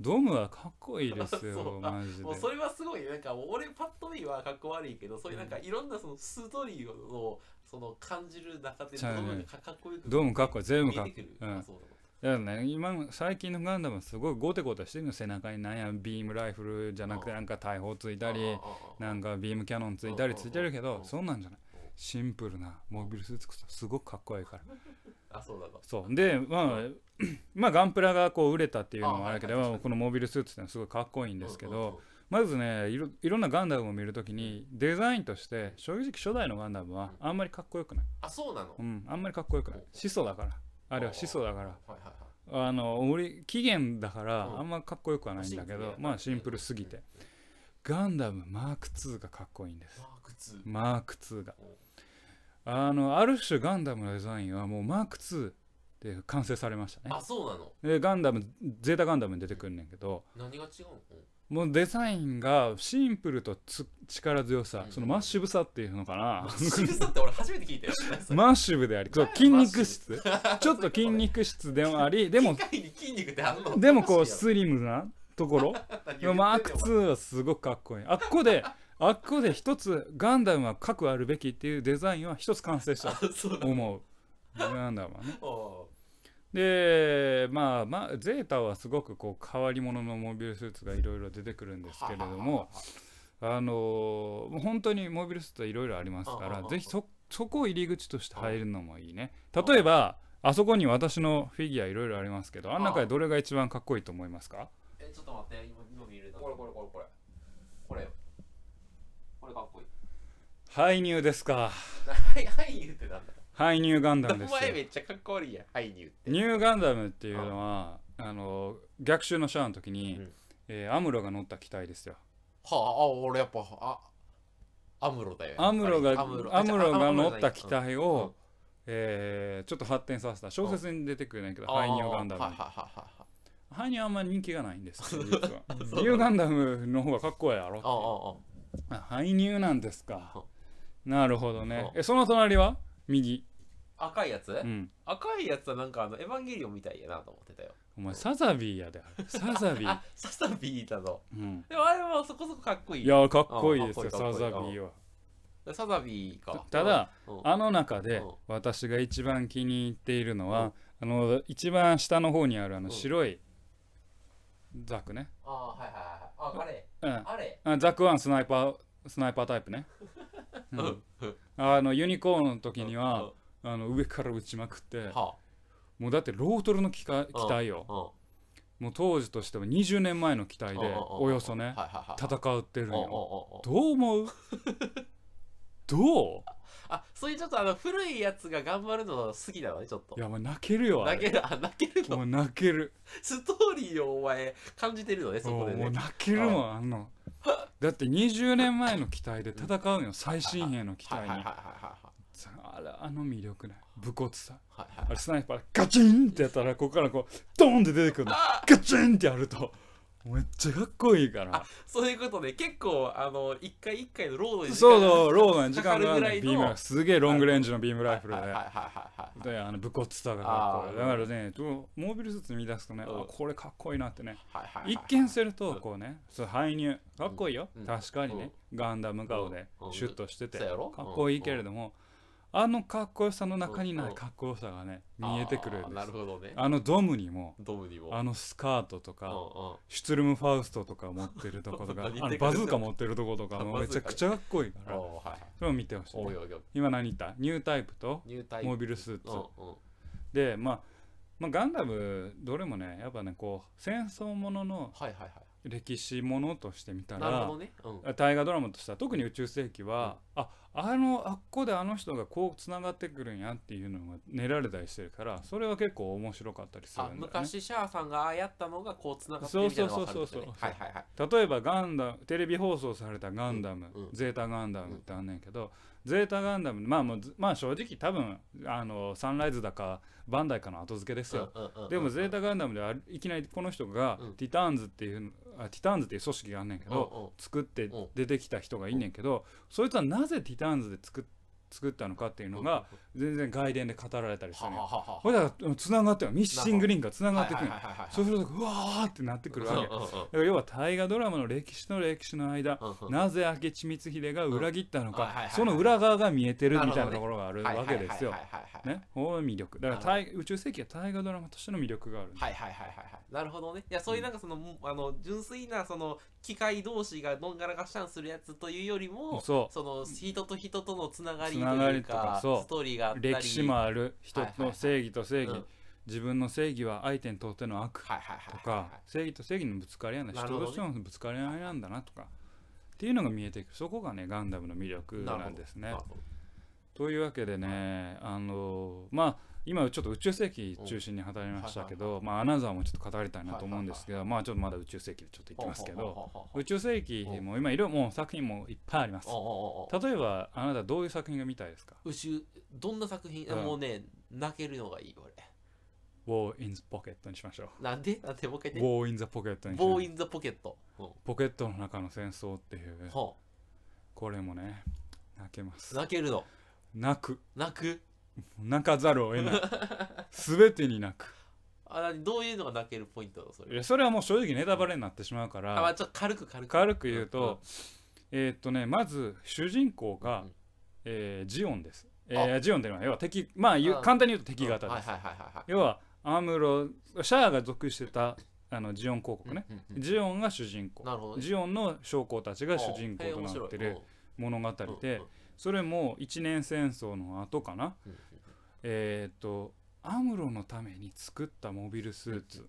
[SPEAKER 1] ドムはかっこいいです
[SPEAKER 2] [laughs] そ
[SPEAKER 1] よ
[SPEAKER 2] う
[SPEAKER 1] マジで
[SPEAKER 2] もうそれはすごいなんか俺パッと見はかっこ悪いけどそういうなんかいろんなそのストーリーをその感じる中で
[SPEAKER 1] ち
[SPEAKER 2] ド
[SPEAKER 1] ゃうね
[SPEAKER 2] ムがかっこよく
[SPEAKER 1] ドムかっこいい全部
[SPEAKER 2] 見
[SPEAKER 1] か
[SPEAKER 2] え
[SPEAKER 1] っこ
[SPEAKER 2] て
[SPEAKER 1] いい
[SPEAKER 2] くる
[SPEAKER 1] うん
[SPEAKER 2] あそう
[SPEAKER 1] だからね今の最近のガンダムはすごいゴテゴテしてるの背中になんやビームライフルじゃなくて
[SPEAKER 2] あ
[SPEAKER 1] なんか大砲つい
[SPEAKER 2] だ
[SPEAKER 1] たり
[SPEAKER 2] ああああ
[SPEAKER 1] なんかビームキャノンついたりついてるけ
[SPEAKER 2] ああ
[SPEAKER 1] ど
[SPEAKER 2] あ
[SPEAKER 1] そんなんじゃない
[SPEAKER 2] あ
[SPEAKER 1] シンプルなモビルスーツこそすごくかっこいいから
[SPEAKER 2] あそうだわ
[SPEAKER 1] そうでまあまあガンプラがこう売れたっていうのもあるけど
[SPEAKER 2] あはいはい
[SPEAKER 1] このモビルスーツってのはすごいかっこいいんですけ
[SPEAKER 2] うんうん
[SPEAKER 1] ど
[SPEAKER 2] うん
[SPEAKER 1] まずねいろいろんなガンダムを見るときにデザインとして正直初代のガンダムはあんまりかっこよくない、
[SPEAKER 2] あそうなの
[SPEAKER 1] うん、あんまりかっこよくない始祖だからあれは始祖だから
[SPEAKER 2] はいはいはい
[SPEAKER 1] あの俺期限だから
[SPEAKER 2] うん
[SPEAKER 1] あんまかっこよくはないんだけ
[SPEAKER 2] シンプル
[SPEAKER 1] ど
[SPEAKER 2] やな
[SPEAKER 1] まあシンプルすぎてガンダムマーク2がかっこいいんです
[SPEAKER 2] マーク2
[SPEAKER 1] マーク2があのある種ガンダムのデザインはもうマーク2で完成されましたね
[SPEAKER 3] あそうなの
[SPEAKER 1] でガンダムゼータガンダムに出てくんねんけど
[SPEAKER 3] 何が違うの
[SPEAKER 1] もうデザインがシンプルとつ力強さ
[SPEAKER 3] うん
[SPEAKER 1] そのマッシブさっていうのかな、
[SPEAKER 2] シルさって俺初めて聞いたよ。
[SPEAKER 1] マッシブでありそう筋肉質ちょっと筋肉質でもありでも
[SPEAKER 2] 機械に筋肉ってあんの
[SPEAKER 1] でもこう
[SPEAKER 2] マジや
[SPEAKER 1] スリムなところ
[SPEAKER 2] ろ
[SPEAKER 1] でもまあアクツーはすごくかっこいいあっこであっこで一つガンダムは核あるべきっていうデザインは一つ完成した
[SPEAKER 2] あそう
[SPEAKER 1] と
[SPEAKER 2] だ
[SPEAKER 1] 思うガンダムはね
[SPEAKER 2] お
[SPEAKER 1] でまあまあゼータはすごくこう変わり者のモビルスーツがいろいろ出てくるんですけれどもあのーもう本当にモビルスーツはいろいろありますか
[SPEAKER 2] ああ
[SPEAKER 1] ら
[SPEAKER 2] あ
[SPEAKER 1] ぜひそそこを入り口として入るのもいいね例えばあそこに私のフィギュアいろいろありますけどあん中でどれが一番かっこいいと思いますか
[SPEAKER 2] えちょっと待って今今見るなこれこれこれこれこれよこれかっこいい
[SPEAKER 1] ハイニューですか
[SPEAKER 2] はいはい言ってなんだ
[SPEAKER 1] ハイニューガンダムです
[SPEAKER 2] お前
[SPEAKER 1] よ
[SPEAKER 2] めっちゃかっこ悪いやんはい言って
[SPEAKER 1] ニューガンダムっていうのはあの逆襲のシャアの時に、
[SPEAKER 2] うん
[SPEAKER 1] えーアムロが乗った機体ですよ
[SPEAKER 3] はああ俺やっぱあアムロだよやっぱり
[SPEAKER 1] アムロが
[SPEAKER 3] あ
[SPEAKER 1] ア
[SPEAKER 3] じゃあ
[SPEAKER 1] ムロ
[SPEAKER 3] あ
[SPEAKER 1] が
[SPEAKER 3] アム
[SPEAKER 1] 乗
[SPEAKER 3] ロじ
[SPEAKER 1] っ
[SPEAKER 3] ゃな
[SPEAKER 1] た
[SPEAKER 3] い
[SPEAKER 1] 機体を、えーちょっと発展させた小説に出てくるんだけど、
[SPEAKER 3] うん
[SPEAKER 1] ハイニューガンダム
[SPEAKER 3] あはいはいはいはい
[SPEAKER 1] ハイニューあんま人気がないんですよ実はニ
[SPEAKER 2] そうなの
[SPEAKER 1] ューガンダムの方がかっこいいやろって
[SPEAKER 3] ああ
[SPEAKER 1] あハイニューなんですかなるほどね
[SPEAKER 3] うん
[SPEAKER 1] えその隣は右
[SPEAKER 2] 赤いやつ
[SPEAKER 1] うん
[SPEAKER 2] 赤いやつはなんかあのエヴァンゲリオンみたいやなと思ってたよ
[SPEAKER 1] お前サザビーやであれサザ
[SPEAKER 2] [laughs]
[SPEAKER 1] ビー
[SPEAKER 2] あ、ササビーだぞ
[SPEAKER 1] うん
[SPEAKER 2] でもあれはそこそこかっこいい
[SPEAKER 1] いやかっこいいです
[SPEAKER 2] う
[SPEAKER 1] よ
[SPEAKER 2] んかっこい
[SPEAKER 1] サザ
[SPEAKER 2] い
[SPEAKER 1] ビーは
[SPEAKER 2] サザビーか
[SPEAKER 1] ただ
[SPEAKER 2] うん
[SPEAKER 1] あの中で
[SPEAKER 2] うん
[SPEAKER 1] 私が一番気に入っているのは、あの一番下の方にあるあ
[SPEAKER 2] う
[SPEAKER 1] の
[SPEAKER 2] ん
[SPEAKER 1] 白いザクね、
[SPEAKER 2] あはいはいはいはいああれ
[SPEAKER 1] うん、
[SPEAKER 2] あれ
[SPEAKER 1] あザクワンスナイパースナイパータイプ
[SPEAKER 2] [laughs]
[SPEAKER 1] ね、うんあのユニコーンの時には、あの上から撃ちまくって
[SPEAKER 2] は
[SPEAKER 1] もうだってロートルの機械機体よ
[SPEAKER 2] あ
[SPEAKER 1] もう当時としても20年前の機体で
[SPEAKER 2] うんうんうんうん
[SPEAKER 1] およそ
[SPEAKER 2] うん
[SPEAKER 1] ね
[SPEAKER 2] はいはいはい
[SPEAKER 1] 戦ってるん
[SPEAKER 2] おうおう
[SPEAKER 1] よ
[SPEAKER 2] おうおう
[SPEAKER 1] どう
[SPEAKER 2] [laughs]
[SPEAKER 1] 思うどう
[SPEAKER 2] あそういうちょっとあの古いやつが頑張るの好きだわねちょっと
[SPEAKER 1] いやもう泣けるよあ
[SPEAKER 2] 泣け
[SPEAKER 1] れ
[SPEAKER 2] るあ泣ける
[SPEAKER 1] も
[SPEAKER 2] の
[SPEAKER 1] う泣ける
[SPEAKER 2] ストーリーをお前感じてるのねそこで
[SPEAKER 1] もう
[SPEAKER 2] ね
[SPEAKER 1] 泣けるもんあんのだって20年前の機体で戦うのよ最新鋭の機
[SPEAKER 2] はい
[SPEAKER 1] 体
[SPEAKER 2] は
[SPEAKER 1] に
[SPEAKER 2] いはいはいはい
[SPEAKER 1] さあらあの魅力ね武骨さ
[SPEAKER 2] はい
[SPEAKER 1] あ
[SPEAKER 2] はい
[SPEAKER 1] れスナイパーガチンってやったらここからこうドーンって出てくるのガチンってやるとめっちゃかっこいいから
[SPEAKER 2] そういうことで結構あの一回一回のロードに
[SPEAKER 1] そうそううローガン時間
[SPEAKER 2] か
[SPEAKER 1] が
[SPEAKER 2] か
[SPEAKER 1] ある
[SPEAKER 2] るぐ
[SPEAKER 1] の
[SPEAKER 2] らいの
[SPEAKER 1] ビームライフルすげえロングレンジのビームライフル
[SPEAKER 2] はいはい
[SPEAKER 1] で
[SPEAKER 2] はいはいはい
[SPEAKER 1] であの武骨さがかっこいいだ
[SPEAKER 2] あー
[SPEAKER 1] からねモービルスーツ見出すとねあ
[SPEAKER 2] うん
[SPEAKER 1] これかっこいいなってね
[SPEAKER 2] はいはいはい
[SPEAKER 1] 一見するとこうね、そう排入かっこいいよ、
[SPEAKER 2] うん
[SPEAKER 1] 確かにね、ガンダム顔で
[SPEAKER 2] うん
[SPEAKER 1] シュッとしてて、
[SPEAKER 2] そうやろ
[SPEAKER 1] かっこいいけれども、あのかっこよさの中にな
[SPEAKER 2] う
[SPEAKER 1] い
[SPEAKER 2] ん
[SPEAKER 1] かっこよさがね、見えてくるん
[SPEAKER 2] あー
[SPEAKER 1] で
[SPEAKER 2] な
[SPEAKER 1] す
[SPEAKER 2] るほどね
[SPEAKER 1] あのドムにも
[SPEAKER 2] ドムにも
[SPEAKER 1] あのスカートと
[SPEAKER 2] うんう
[SPEAKER 1] か、
[SPEAKER 2] ん
[SPEAKER 1] シュツルムファウストとか持ってると
[SPEAKER 2] [laughs]
[SPEAKER 1] ことかあ
[SPEAKER 2] 似てく
[SPEAKER 1] の
[SPEAKER 2] る
[SPEAKER 1] バズーカ持ってるとことか
[SPEAKER 2] あ
[SPEAKER 1] もう
[SPEAKER 2] バ
[SPEAKER 1] め
[SPEAKER 2] ズ
[SPEAKER 1] ち
[SPEAKER 2] ー
[SPEAKER 1] ゃ
[SPEAKER 2] カ
[SPEAKER 1] くちゃかっこいいから
[SPEAKER 2] おーはいはい
[SPEAKER 1] それを見てほしいね、
[SPEAKER 2] おいおいおい
[SPEAKER 1] 今何言ったニュータイプと
[SPEAKER 2] ニュータイプ
[SPEAKER 1] モービルスーツ、
[SPEAKER 2] うんうん
[SPEAKER 1] で、まあ、まあガンダムどれもねやっぱねこう戦争ものの
[SPEAKER 2] はいはいは
[SPEAKER 1] 歴史ものとしてみた
[SPEAKER 2] い
[SPEAKER 1] ら
[SPEAKER 2] なるほどねうん
[SPEAKER 1] 大河ドラマとしては特に「宇宙世紀は」ああのあっこであの人がこうつながってくるんやっていうのが練られたりしてるからそれは結構面白かったりする
[SPEAKER 2] あ
[SPEAKER 1] んだよね
[SPEAKER 2] 昔シャアさんがああやったのがこうつながってるみたいなのがわかるんですよね
[SPEAKER 1] そうそうそうそう
[SPEAKER 2] はいはいはい
[SPEAKER 1] 例えばガンダムテレビ放送された「ガンダム」
[SPEAKER 2] うんうん
[SPEAKER 1] ゼータ・ガンダム」ってあんねんけど、ゼータ・ガンダムまあもうずまあ正直多分あのサンライズだかバンダイかの後付けですよ、
[SPEAKER 2] うんうんうんうん
[SPEAKER 1] でもゼータ・ガンダムではあるいきなりこの人が
[SPEAKER 2] うん
[SPEAKER 1] ティターンズっていうあティターンズっていう組織があんねんけど、
[SPEAKER 2] うんうん
[SPEAKER 1] 作って
[SPEAKER 2] うん
[SPEAKER 1] 出てきた人がいんねんけど、そいつはなぜティターンズで作っ作ったのかっていうのが全然外伝で語られたりす
[SPEAKER 2] は
[SPEAKER 1] る
[SPEAKER 2] あ
[SPEAKER 1] の
[SPEAKER 2] は
[SPEAKER 1] よ。
[SPEAKER 2] あはあ
[SPEAKER 1] ほいだからつながってるミッシングリンクがつながってくるのよ
[SPEAKER 2] はいはいはいはいはい
[SPEAKER 1] そうするとうわーってなってくるわけだか
[SPEAKER 2] うんうんうん
[SPEAKER 1] ら要は大河ドラマの歴史の歴史の間
[SPEAKER 2] うんうん
[SPEAKER 1] なぜ明智光秀が裏切ったの
[SPEAKER 2] うんはいはい
[SPEAKER 1] か
[SPEAKER 2] はい
[SPEAKER 1] その裏側が見えてるみたいな
[SPEAKER 2] なる
[SPEAKER 1] とこ
[SPEAKER 2] ほ
[SPEAKER 1] ろがあるわけですよ
[SPEAKER 2] はい。はいはいはいはい
[SPEAKER 1] ね、こういう魅力だから大宇宙世紀は大河ドラマとしての魅力があるんです
[SPEAKER 2] はいはいはいはいはいなるほどねいやそういうなんかその、もうあの純粋なその機械同士がどんがらがっしゃんするやつというよりも
[SPEAKER 1] そ
[SPEAKER 2] の人と人とのつながりと
[SPEAKER 1] つなが
[SPEAKER 2] い
[SPEAKER 1] り
[SPEAKER 2] う
[SPEAKER 1] とか
[SPEAKER 2] か
[SPEAKER 1] そう
[SPEAKER 2] ストーリーがあったり
[SPEAKER 1] 歴史もある人
[SPEAKER 2] はいはいは
[SPEAKER 1] の
[SPEAKER 2] い
[SPEAKER 1] 正義と正義、
[SPEAKER 2] うん
[SPEAKER 1] 自分の正義は相手にとっての悪
[SPEAKER 2] はいはいはい
[SPEAKER 1] と
[SPEAKER 2] はい
[SPEAKER 1] か、正義と正義のぶつかり合いなんだ
[SPEAKER 2] なる
[SPEAKER 1] 人
[SPEAKER 2] ほ
[SPEAKER 1] と
[SPEAKER 2] どね
[SPEAKER 1] してのぶつかり合いなんだなとかっていうのが見えていくそこがねガンダムの魅力なんですね
[SPEAKER 2] なる。ほど
[SPEAKER 1] というわけでね、あのまあ今ちょっと宇宙世紀中心に働きましたけど、まあアナザーもちょっと語りたいなと思うんですけど、まあちょっとまだ宇宙世紀でちょっと言ってますけ
[SPEAKER 2] ほう
[SPEAKER 1] ど、
[SPEAKER 2] ほうほうほう
[SPEAKER 1] 宇宙世紀も今いろいろもう作品もいっぱいあります。
[SPEAKER 2] おうおうおう
[SPEAKER 1] 例えばあなたどういう作品が見たいですか
[SPEAKER 2] 宇宙どんな作品、
[SPEAKER 1] うん
[SPEAKER 2] もうね泣けるのがいい俺
[SPEAKER 1] War in the pocket にしましょ
[SPEAKER 2] なんでなんでもう一回
[SPEAKER 1] う。
[SPEAKER 2] 言って。
[SPEAKER 1] [laughs] War in the pocket にしま
[SPEAKER 2] ボ
[SPEAKER 1] し
[SPEAKER 2] ーイ
[SPEAKER 1] ょう。
[SPEAKER 2] ンザポケット。うん
[SPEAKER 1] ポケットの中の戦争っていう、
[SPEAKER 2] は
[SPEAKER 1] これもね、泣けます
[SPEAKER 2] あ、。泣けるの。
[SPEAKER 1] 泣く。
[SPEAKER 2] 泣く
[SPEAKER 1] 泣かざるを得
[SPEAKER 2] [laughs]
[SPEAKER 1] ない。すべてに泣く。
[SPEAKER 2] あ、なにどういうのが泣けるポイントなのそ
[SPEAKER 1] い
[SPEAKER 2] れ。
[SPEAKER 1] やそれはもう正直ネタバレになってしまうか
[SPEAKER 2] あ、まあ、
[SPEAKER 1] ら、
[SPEAKER 2] ちょっと軽く軽く。
[SPEAKER 1] 軽く言うと、えーっとね、まず主人公が
[SPEAKER 2] うん、
[SPEAKER 1] えージオンです。えージオンっていうのは、要は敵、まあ、言う
[SPEAKER 2] うん
[SPEAKER 1] 簡単に言うと
[SPEAKER 2] うん、
[SPEAKER 1] 敵方
[SPEAKER 2] うんは
[SPEAKER 1] で
[SPEAKER 2] い
[SPEAKER 1] す。
[SPEAKER 2] はいはいはいはい。
[SPEAKER 1] 要は、アムロ、シャアが属してたあのジオン公国ね。
[SPEAKER 2] うんうんうん
[SPEAKER 1] ジオンが主人公。
[SPEAKER 2] なるほどね。
[SPEAKER 1] ジオンの将校たちが主人公
[SPEAKER 2] へえ
[SPEAKER 1] と
[SPEAKER 2] 面
[SPEAKER 1] な
[SPEAKER 2] 白い
[SPEAKER 1] ってる物語
[SPEAKER 2] うんうん
[SPEAKER 1] で
[SPEAKER 2] うん
[SPEAKER 1] それも一年戦争の後かな
[SPEAKER 2] うんうん
[SPEAKER 1] えーっとアムロのために作ったモビルスーツ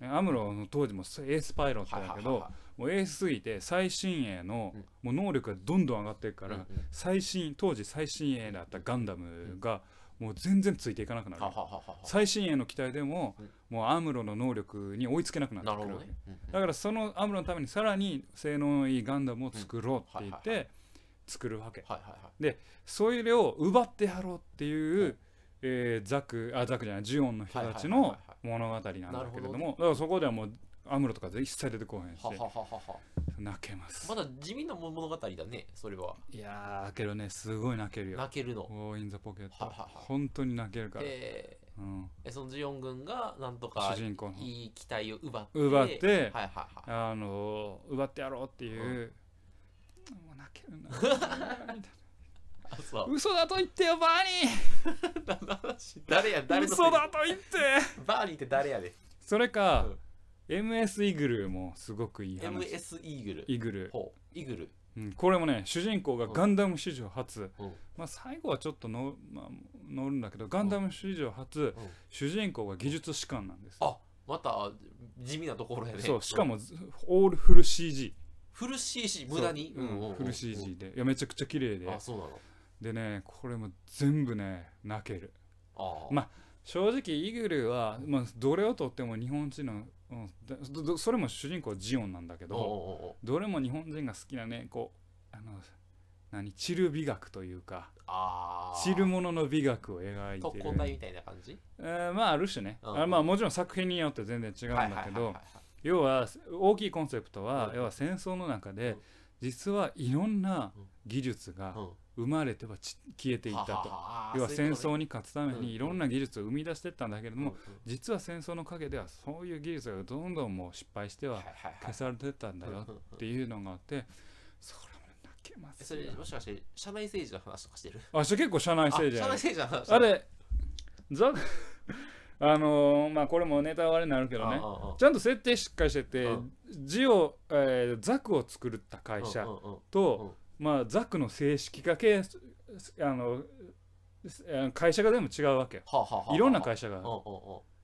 [SPEAKER 1] ねアムロの当時もエースパイロット
[SPEAKER 2] はいはい
[SPEAKER 1] だけ
[SPEAKER 2] はいはい
[SPEAKER 1] どもうエースすぎて最新鋭のもう能力がどんどん上がっていくか
[SPEAKER 2] うんう
[SPEAKER 1] ら
[SPEAKER 2] ん
[SPEAKER 1] 最新当時最新鋭だったガンダムがもう全然ついていかなくなる
[SPEAKER 2] ははははは
[SPEAKER 1] 最新鋭の機体でも
[SPEAKER 2] うん
[SPEAKER 1] もうアムロの能力に追いつけなくなって
[SPEAKER 2] な
[SPEAKER 1] く
[SPEAKER 2] る
[SPEAKER 1] るわ
[SPEAKER 2] ほど
[SPEAKER 1] け
[SPEAKER 2] ね。うんうん
[SPEAKER 1] だからそのアムロのためにさらに性能のいいガンダムを作ろうって言っ
[SPEAKER 2] うんはいはいは
[SPEAKER 1] て作るわけ
[SPEAKER 2] はいはいはい。
[SPEAKER 1] それを奪ってやろうっていう、
[SPEAKER 2] うん
[SPEAKER 1] えーザクあザクじゃないジオンの人たち
[SPEAKER 2] はいはい
[SPEAKER 1] の
[SPEAKER 2] はい
[SPEAKER 1] 物語なんだけれどもだ
[SPEAKER 2] なるほど
[SPEAKER 1] からそこではもうアムロとか一切出てこへんし
[SPEAKER 2] ははははは。
[SPEAKER 1] 泣けます
[SPEAKER 2] まだ地味な物語だね、それは。
[SPEAKER 1] いやーけどねすごい泣けるよ
[SPEAKER 2] 泣け
[SPEAKER 1] 「
[SPEAKER 2] るの。
[SPEAKER 1] ウォーイン・ザ・ポケット
[SPEAKER 2] はは」は
[SPEAKER 1] 本当に泣けるから、
[SPEAKER 2] で、
[SPEAKER 1] うん、
[SPEAKER 2] えそのジオン軍がなんとか
[SPEAKER 1] 主人公の
[SPEAKER 2] いい機体を奪って。
[SPEAKER 1] 奪って
[SPEAKER 2] はいはいはい。
[SPEAKER 1] あのー奪ってやろうっていう、もう泣けるな [laughs] みたい
[SPEAKER 2] あ、そ
[SPEAKER 1] な
[SPEAKER 2] う。
[SPEAKER 1] 嘘だと言ってよバー
[SPEAKER 2] 何の話 [laughs] 誰や、
[SPEAKER 1] ニ
[SPEAKER 2] 誰
[SPEAKER 1] ー
[SPEAKER 2] の
[SPEAKER 1] 嘘だと言って
[SPEAKER 2] バーニーって誰やで
[SPEAKER 1] それか、MS イグルーもすごくいい話。
[SPEAKER 2] ?MS イーグル。
[SPEAKER 1] イグルー、
[SPEAKER 2] ほう、イグル。
[SPEAKER 1] うん。これもね、主人公がガンダム史上初、
[SPEAKER 2] うん
[SPEAKER 1] まあ最後はちょっとの、まあ、乗るんだけど、ガンダム史上初、
[SPEAKER 2] うん
[SPEAKER 1] 主人公が技術士官なんです。
[SPEAKER 2] あまた地味なところやね。
[SPEAKER 1] そう、しか
[SPEAKER 2] ん。
[SPEAKER 1] も、オールフル CG。
[SPEAKER 2] フル CC、無駄に。
[SPEAKER 1] そううんフル
[SPEAKER 2] うん
[SPEAKER 1] CG で。いや、めちゃくちゃ綺麗で
[SPEAKER 2] あ、。そうなの。
[SPEAKER 1] でね、これも全部ね、泣ける。
[SPEAKER 2] ああ。
[SPEAKER 1] ま正直、イグルーは、まあ、どれをとっても日本人の、うんだどどそれも主人公ジオンなんだけ
[SPEAKER 2] お
[SPEAKER 1] ど、
[SPEAKER 2] うおうおう
[SPEAKER 1] どれも日本人が好きなねこうあの何散る美学というか
[SPEAKER 2] ああ。
[SPEAKER 1] 散るものの美学を描い
[SPEAKER 2] 特
[SPEAKER 1] て
[SPEAKER 2] 攻隊
[SPEAKER 1] る、
[SPEAKER 2] みたいな感じ
[SPEAKER 1] えーまあある種ね、
[SPEAKER 2] うん
[SPEAKER 1] あまあもちろん作品によって全然違うん
[SPEAKER 2] はい
[SPEAKER 1] だ
[SPEAKER 2] はい
[SPEAKER 1] け
[SPEAKER 2] はいは
[SPEAKER 1] ど
[SPEAKER 2] いはい
[SPEAKER 1] 要は大きいコンセプトは、
[SPEAKER 2] うん
[SPEAKER 1] 要は戦争の中で、
[SPEAKER 2] うん
[SPEAKER 1] 実はいろんな
[SPEAKER 2] うん
[SPEAKER 1] 技術が
[SPEAKER 2] うん
[SPEAKER 1] 生まれてはち消えていったと、
[SPEAKER 2] はあ
[SPEAKER 1] 要は
[SPEAKER 2] そう
[SPEAKER 1] 戦
[SPEAKER 2] いうこと
[SPEAKER 1] 争
[SPEAKER 2] ね
[SPEAKER 1] に勝つため
[SPEAKER 2] うん
[SPEAKER 1] にいろんな技術を生み出していったんだけれども、
[SPEAKER 2] うんうん
[SPEAKER 1] 実は戦争の陰ではそういう技術がどんどんもう失敗して
[SPEAKER 2] は
[SPEAKER 1] はい
[SPEAKER 2] はいはい
[SPEAKER 1] 消されてったんだよ
[SPEAKER 2] うんうんうん
[SPEAKER 1] っていうのがあってそれも泣けます
[SPEAKER 2] え
[SPEAKER 1] よ
[SPEAKER 2] それもしかして社内政治の話とかしてる
[SPEAKER 1] あそれ結構社内
[SPEAKER 2] あ社
[SPEAKER 1] 政
[SPEAKER 2] 内
[SPEAKER 1] 治やね
[SPEAKER 2] 政治の話
[SPEAKER 1] あれザ [laughs] あのーまあこれもネタ割れになるけどねちゃんと設定しっかりしてて、
[SPEAKER 2] うん
[SPEAKER 1] ジオ、えーザクを作った会社と、まあ、ザクの正式化系あのすあの会社が全部違うわけよいろんな会社が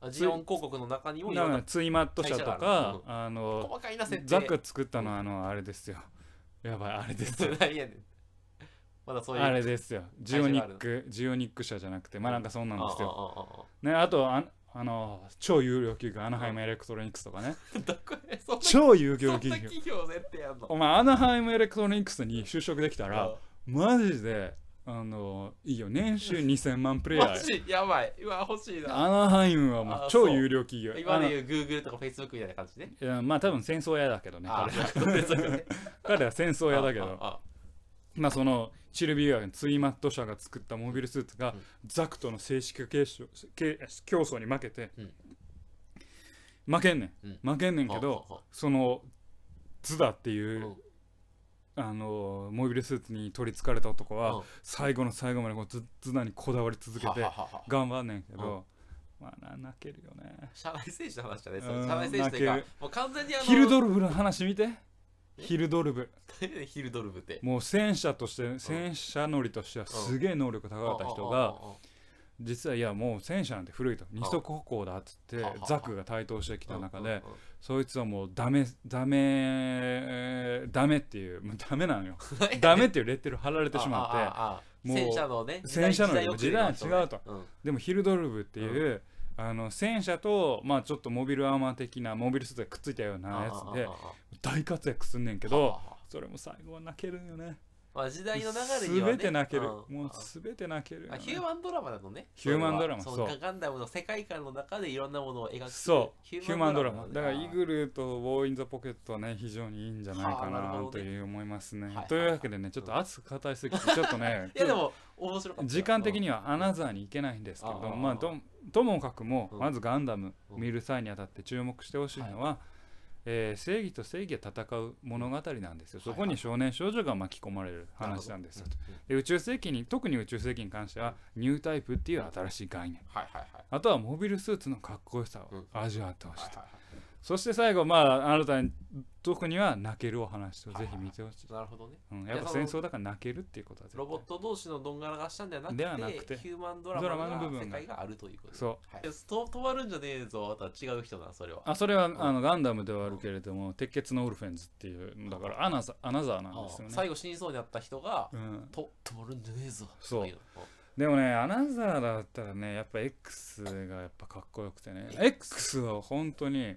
[SPEAKER 2] 社ジオン広告の中にもい
[SPEAKER 1] だ
[SPEAKER 2] ろ
[SPEAKER 1] か
[SPEAKER 2] ん
[SPEAKER 1] ら
[SPEAKER 2] な
[SPEAKER 1] ツイマット社と
[SPEAKER 2] 会社がある
[SPEAKER 1] かあの
[SPEAKER 2] 細かいな設定
[SPEAKER 1] ザク作ったのはあのあれですよやばいあれですよ
[SPEAKER 2] 何やねんまだそういう
[SPEAKER 1] あれですよジオニッ
[SPEAKER 2] 会
[SPEAKER 1] クジオニック社じゃなくてまあなんかそうなんですよ
[SPEAKER 2] よ
[SPEAKER 1] ねあとあんあの超有料企業アナハイムエレクトロニクスとかね
[SPEAKER 2] どこへそんな [laughs] そん
[SPEAKER 1] 超有料
[SPEAKER 2] な
[SPEAKER 1] 企業
[SPEAKER 2] 企業設定やんの
[SPEAKER 1] お前アナハイムエレクトロニクスに就職できたら
[SPEAKER 2] あ
[SPEAKER 1] マジであのいいよ年収2000万プレイヤ
[SPEAKER 2] マ
[SPEAKER 1] ー
[SPEAKER 2] ジやばい今欲しいな
[SPEAKER 1] アナハイムはもう
[SPEAKER 2] あ
[SPEAKER 1] 超
[SPEAKER 2] そう
[SPEAKER 1] 有料企業
[SPEAKER 2] 今で
[SPEAKER 1] あ
[SPEAKER 2] 言う Google とか Facebook みたいな感じね
[SPEAKER 1] のいやまあ多分戦争屋だけどね
[SPEAKER 2] あ
[SPEAKER 1] 彼ら
[SPEAKER 2] ーなるほどね
[SPEAKER 1] [laughs] 彼は戦争屋だけ
[SPEAKER 2] あ
[SPEAKER 1] ど
[SPEAKER 2] ああ
[SPEAKER 1] まあそのチルビーアのツイマット社が作ったモビルスーツが、
[SPEAKER 2] うん
[SPEAKER 1] ザクとの正式競争け競争に負けて、
[SPEAKER 2] うん
[SPEAKER 1] 負けんねん、
[SPEAKER 2] う
[SPEAKER 1] 負けんねんけど、
[SPEAKER 2] はあはあ
[SPEAKER 1] そのズダっていうう、
[SPEAKER 2] ん
[SPEAKER 1] あのモビルスーツに取りつかれた男は、
[SPEAKER 2] うん
[SPEAKER 1] 最後の最後までこうズズダにこだわり続けて
[SPEAKER 2] はははは
[SPEAKER 1] 頑張んねんけど、まあな泣けるよね
[SPEAKER 2] 社内政治の話だね。そ
[SPEAKER 1] うん
[SPEAKER 2] れ社内政治というか
[SPEAKER 1] 泣け、
[SPEAKER 2] もう完全にあの、
[SPEAKER 1] ヒルドルブの話見てヒルドルブ
[SPEAKER 2] ルヒルドルブって。
[SPEAKER 1] もう戦車として戦車乗りとしてはすげえ能力高かった人が、実はいやもう戦車なんて古いと二足歩行だっつって
[SPEAKER 2] はあはあ
[SPEAKER 1] ザクが台頭してきた中
[SPEAKER 2] うんうん
[SPEAKER 1] でそいつはもうダメダメえーダメっていうもうダメなの
[SPEAKER 2] [laughs]
[SPEAKER 1] よダメっていうレッテル貼られてし
[SPEAKER 2] ああ
[SPEAKER 1] まって
[SPEAKER 2] あああ
[SPEAKER 1] もう
[SPEAKER 2] 戦車のね、
[SPEAKER 1] 戦車のよりも
[SPEAKER 2] 時代
[SPEAKER 1] 時代は違うと。
[SPEAKER 2] うん
[SPEAKER 1] でもヒルドルブっていうあの戦車とまあちょっとモビルアーマー的なモビルスーツがくっついたようなやつで
[SPEAKER 2] ああああああ
[SPEAKER 1] 大活躍すんねんけ
[SPEAKER 2] はあ
[SPEAKER 1] ど
[SPEAKER 2] はあ
[SPEAKER 1] それも最後は泣けるんよね
[SPEAKER 2] まあ時代の流れにはね
[SPEAKER 1] 全て泣ける、
[SPEAKER 2] うん
[SPEAKER 1] もう全て泣けるよ
[SPEAKER 2] あ
[SPEAKER 1] ね、
[SPEAKER 2] ヒューマンドラマだとね
[SPEAKER 1] ヒューマンドラマ
[SPEAKER 2] そ
[SPEAKER 1] そう
[SPEAKER 2] のガンダムの世界観の中でいろんなものを描く
[SPEAKER 1] そうヒューマンドラマ
[SPEAKER 2] なん
[SPEAKER 1] だからイ
[SPEAKER 2] ル
[SPEAKER 1] グルとウォーイン・ザ・ポケットはね非常にいいんじゃないか
[SPEAKER 2] はあなる
[SPEAKER 1] な
[SPEAKER 2] ほ
[SPEAKER 1] と
[SPEAKER 2] どね
[SPEAKER 1] いう思います
[SPEAKER 2] はい
[SPEAKER 1] ね
[SPEAKER 2] はい
[SPEAKER 1] というわけでねちょっと熱く語りすぎてちょっとね
[SPEAKER 2] [laughs] いやでも面白かった
[SPEAKER 1] 時間的にはアナザーに行けないんですけれど
[SPEAKER 2] あ
[SPEAKER 1] も
[SPEAKER 2] あ
[SPEAKER 1] まあどんともかくも
[SPEAKER 2] うん
[SPEAKER 1] まずガンダム
[SPEAKER 2] うん
[SPEAKER 1] 見る際にあたって注目してほしいのは、えー正義と正義が戦う物語なんですよそこに少年少女が巻き込まれる話なんですよと、で宇宙世紀に特に宇宙世紀に関してはニュータイプっていう新しい概念
[SPEAKER 3] はいはいはい
[SPEAKER 1] あとはモビルスーツのかっこよさ
[SPEAKER 3] うん
[SPEAKER 1] を味わってほしいと、
[SPEAKER 3] は
[SPEAKER 1] そして最後まああなたに特には泣けるお話をぜひ見てほしい、
[SPEAKER 2] なるほどね
[SPEAKER 1] うん、やっぱ戦争だから泣けるっていうことは絶対
[SPEAKER 2] ロボット同士のどんがらがしたんではなくて
[SPEAKER 1] ではなくて
[SPEAKER 2] ヒューマンドラマ
[SPEAKER 1] ドラマの部
[SPEAKER 2] の
[SPEAKER 1] 分が
[SPEAKER 2] 世界があるということです
[SPEAKER 1] そう
[SPEAKER 2] はいいやと止まるんじゃねえぞあとは違う人だそれは
[SPEAKER 1] あそれはあのガンダムではあるけれども鉄血のオルフェンズっていうだからアナザアナザーなんですよ
[SPEAKER 2] ああ
[SPEAKER 1] ね、
[SPEAKER 2] 最後死にそうになった人が
[SPEAKER 1] うん、
[SPEAKER 2] と止まるんじゃねえぞ
[SPEAKER 1] そう
[SPEAKER 2] といの
[SPEAKER 1] でもねアナザーだったらねやっぱ X がやっぱかっこよくてね X は本当に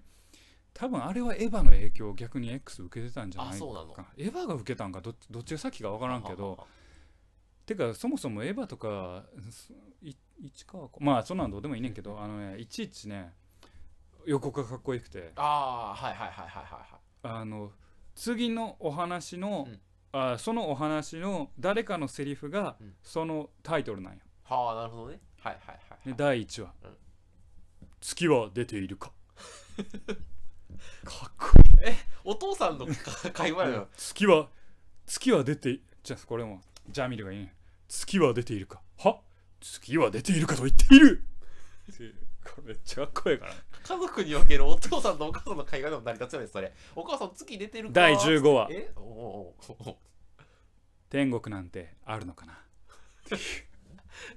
[SPEAKER 1] 多分あれはエヴァの影響を逆に X 受けてたんじゃない
[SPEAKER 2] あ
[SPEAKER 1] か
[SPEAKER 2] そうなの
[SPEAKER 1] エヴァが受けたんかどっちどっちが先か分からんけどてかそもそもエヴァとかすい市川こまあそんなんどうでもいいねんけどあのねいちいちね予告がかっこよくて
[SPEAKER 2] ああはいはいはいはいはいはい
[SPEAKER 1] あの次のお話の、
[SPEAKER 2] うん
[SPEAKER 1] あそのお話の誰かのセリフが
[SPEAKER 2] うん
[SPEAKER 1] そのタイトルなんや、
[SPEAKER 2] はあなるほどねはいはいはい
[SPEAKER 1] で
[SPEAKER 2] はい
[SPEAKER 1] 第1話、
[SPEAKER 2] うん
[SPEAKER 1] 月は出てい [laughs] るか」かっこ
[SPEAKER 2] お父さんのか会話
[SPEAKER 1] いい
[SPEAKER 2] よ
[SPEAKER 1] 月は月は出ていじゃあこれもジャミルがいいね月は出ているかは月は出ているかと言っているっていう [laughs] これめっちゃかっこいいからね
[SPEAKER 2] 家族におけるお父さんとお母さんの会話でも成り立つよねそれお母さん月出てるか
[SPEAKER 1] 第15話
[SPEAKER 2] えおうおうおうおう
[SPEAKER 1] 「天国なんてあるのかな」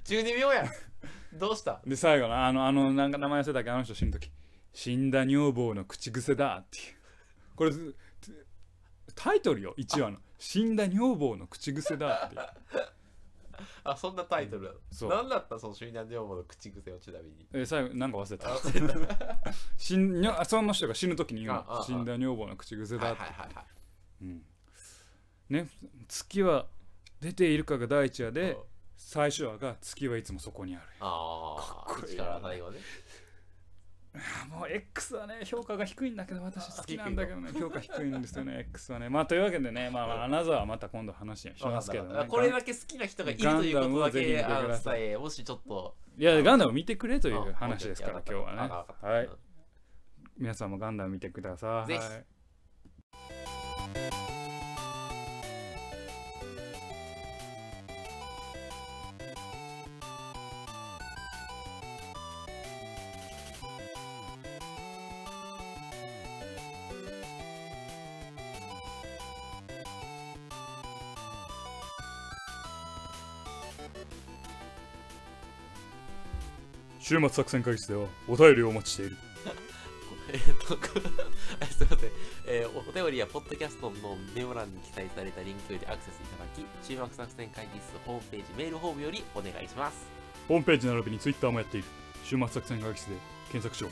[SPEAKER 2] 12秒やどうした
[SPEAKER 1] で最後のあのあのなんか名前忘れたけどあの人死ぬ時死んだ女房の口癖だっていうこれずずタイトルよ1話の「死んだ女房の口癖だ」っていう
[SPEAKER 2] あそんなタイトルなの
[SPEAKER 1] そう
[SPEAKER 2] 何だったその首南女房の口癖をちなみに
[SPEAKER 1] え最後なんか忘れ
[SPEAKER 2] あ
[SPEAKER 1] た
[SPEAKER 2] 忘れたはい
[SPEAKER 1] 死んにょあその人が死ぬ時に言う
[SPEAKER 2] ああ
[SPEAKER 1] の
[SPEAKER 2] あ
[SPEAKER 1] 死んだ女房の口癖
[SPEAKER 2] はい
[SPEAKER 1] だ
[SPEAKER 2] は
[SPEAKER 1] っ
[SPEAKER 2] い
[SPEAKER 1] て、
[SPEAKER 2] はい
[SPEAKER 1] うんね月は出ているかが第1話で
[SPEAKER 2] うん
[SPEAKER 1] 最終話が月はいつもそこにある
[SPEAKER 2] あ
[SPEAKER 1] かっこい
[SPEAKER 2] あ
[SPEAKER 1] い
[SPEAKER 2] 口から最後ね
[SPEAKER 1] あもう X はね評価が低いんだけど私好きなんだけどね評価低いんですよね [laughs] X はねまあというわけでねまあまあアナザーはまた今度話しますけど
[SPEAKER 2] わか
[SPEAKER 1] ね
[SPEAKER 2] ったこれだけ好きな人がいるということだけ
[SPEAKER 1] ガンダ
[SPEAKER 2] あ
[SPEAKER 1] ムをぜひ見てく
[SPEAKER 2] の
[SPEAKER 1] だ
[SPEAKER 2] 伝
[SPEAKER 1] さ
[SPEAKER 2] えもしちょっと
[SPEAKER 1] いやガンダム見てくれと
[SPEAKER 2] と
[SPEAKER 1] いう話ですから今日はねはい皆さんもガンダム見てください
[SPEAKER 2] ぜひ
[SPEAKER 1] 週末作戦会議室ではお便りをお待ちしている
[SPEAKER 2] えーっと、こあすいません、えーおお便りやポッドキャストのメモ欄に記載されたリンクよりアクセスいただき、注目作戦会議室ホームページ、メールフォームよりお願いします。
[SPEAKER 1] ホームページ並びにツイッターもやっている週末作戦会議室で検索しろ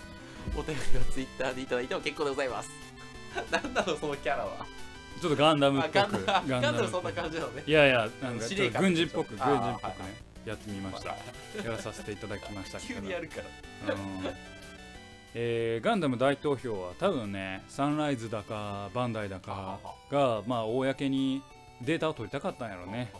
[SPEAKER 2] お便りは Twitter でいただいても結構でございます。 [laughs] なんだろう、そのキャラは。
[SPEAKER 1] ちょっとガンダムっ
[SPEAKER 2] あ
[SPEAKER 1] ぽく
[SPEAKER 2] ガンダム、ガン [laughs] ダ
[SPEAKER 1] ムっぽ
[SPEAKER 2] ム
[SPEAKER 1] く
[SPEAKER 2] そんな感じなのね。
[SPEAKER 1] いやいやなんか
[SPEAKER 2] 司
[SPEAKER 1] ちょ
[SPEAKER 2] 令
[SPEAKER 1] っと
[SPEAKER 2] 官
[SPEAKER 1] 軍人っぽく軍
[SPEAKER 2] あー
[SPEAKER 1] 人っぽく
[SPEAKER 2] は
[SPEAKER 1] ねやってみましたやらさせていただきましたけ
[SPEAKER 2] 急
[SPEAKER 1] ど
[SPEAKER 2] にやるから。
[SPEAKER 1] うんえーガンダム大投票は多分ねサンライズだかバンダイだかがまあ公にデータを取りたかったんやろうね、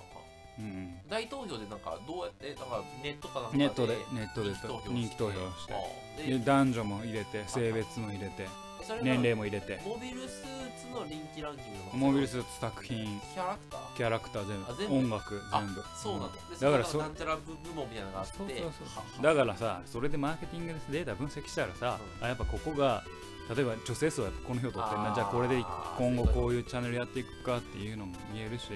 [SPEAKER 1] うん
[SPEAKER 2] 大投票でなんか、どうやって、なんかネットかなん
[SPEAKER 1] う
[SPEAKER 2] か
[SPEAKER 1] ん、ネットでネットで
[SPEAKER 2] 人気投票して
[SPEAKER 1] 人気投票して
[SPEAKER 2] あー
[SPEAKER 1] で
[SPEAKER 2] で
[SPEAKER 1] 男女も入れて性別も入れて
[SPEAKER 2] それが
[SPEAKER 1] 年齢も入れて
[SPEAKER 2] モビルスーツの人気ランキングの
[SPEAKER 1] モビルスーツ作品
[SPEAKER 2] キャラクター
[SPEAKER 1] キャラクター全
[SPEAKER 2] あ
[SPEAKER 1] 部
[SPEAKER 2] 全部
[SPEAKER 1] 音楽
[SPEAKER 2] あ
[SPEAKER 1] 全部
[SPEAKER 2] そうなんだ
[SPEAKER 1] ん
[SPEAKER 2] で
[SPEAKER 1] だから
[SPEAKER 2] そ
[SPEAKER 1] そ
[SPEAKER 2] このなんちゃら部部門みたいなのがあって
[SPEAKER 1] そうそうそうだ
[SPEAKER 2] は
[SPEAKER 1] からさそれでマーケティングでデータ分析したらさ、
[SPEAKER 2] うん
[SPEAKER 1] あやっぱここが例えば女性層はやっぱこの票取ってん
[SPEAKER 2] あ
[SPEAKER 1] な
[SPEAKER 2] ー
[SPEAKER 1] じゃあこれで今後こう
[SPEAKER 2] そういう
[SPEAKER 1] い
[SPEAKER 2] こと
[SPEAKER 1] うチャンネルやっていくかっていうのも見えるし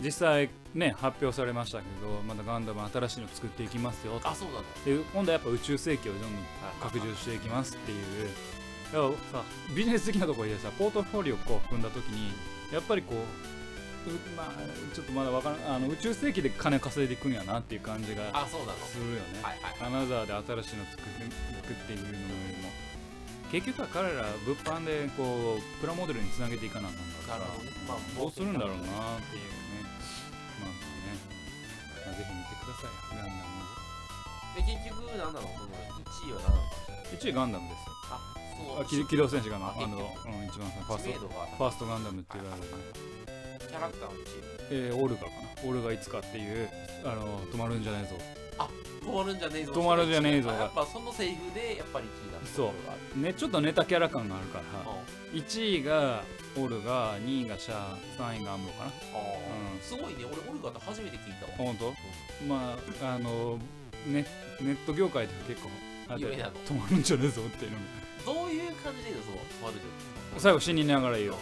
[SPEAKER 1] 実際ね発表されましたけどまだガンダム新しいの作っていきますよ
[SPEAKER 2] あそうなんだ
[SPEAKER 1] で今度はやっぱ宇宙世紀をどんどん拡充
[SPEAKER 2] し
[SPEAKER 1] していきますっていうだからさビジネス的なところでさポートフォリオをこう組んだ時にやっぱりこううまあちょっとまだわからんあの宇宙世紀で金稼いでいくんやなっていう感じが
[SPEAKER 2] あそうなの
[SPEAKER 1] するよね
[SPEAKER 2] はいはい
[SPEAKER 1] アナザーで新しいの作る作っているのよりも結局は彼ら物販でこうプラモデルにつなげていかなあかんから
[SPEAKER 2] なるほどねまあ
[SPEAKER 1] どうするんだろうなっていうねまあね、まあ、ぜひ見てくださいガンダム
[SPEAKER 2] で結局なんだろうその1位は何なんだ
[SPEAKER 1] 1位ガンダムですよ
[SPEAKER 2] あそう
[SPEAKER 1] あ機機動戦士ガンダム
[SPEAKER 2] あ
[SPEAKER 1] あの、うん、一番最初ファースト
[SPEAKER 2] 知名度が
[SPEAKER 1] ファーストガンダムって言われるね、
[SPEAKER 2] キャラクターの1
[SPEAKER 1] えーオルガかなオルガいつかっていうあの止まるんじゃないぞ
[SPEAKER 2] 位止まるんじゃねえぞ
[SPEAKER 1] 止まるんじゃねえぞ
[SPEAKER 2] あやっぱそのセリフでやっぱり1位だ
[SPEAKER 1] そうねちょっとネタキャラ感があるから
[SPEAKER 2] あ
[SPEAKER 1] 1位がオルガ2位がシャア3位がアムロかな
[SPEAKER 2] あー、
[SPEAKER 1] うん
[SPEAKER 2] すごいね俺オルガって初めて聞いたわ
[SPEAKER 1] 本当まああのねネット業界では結構あ
[SPEAKER 2] 有名なの
[SPEAKER 1] 止まるんじゃねえぞっていうのが
[SPEAKER 2] どういう感じでいいのそのマルジョ
[SPEAKER 1] 最後死にながらいいよ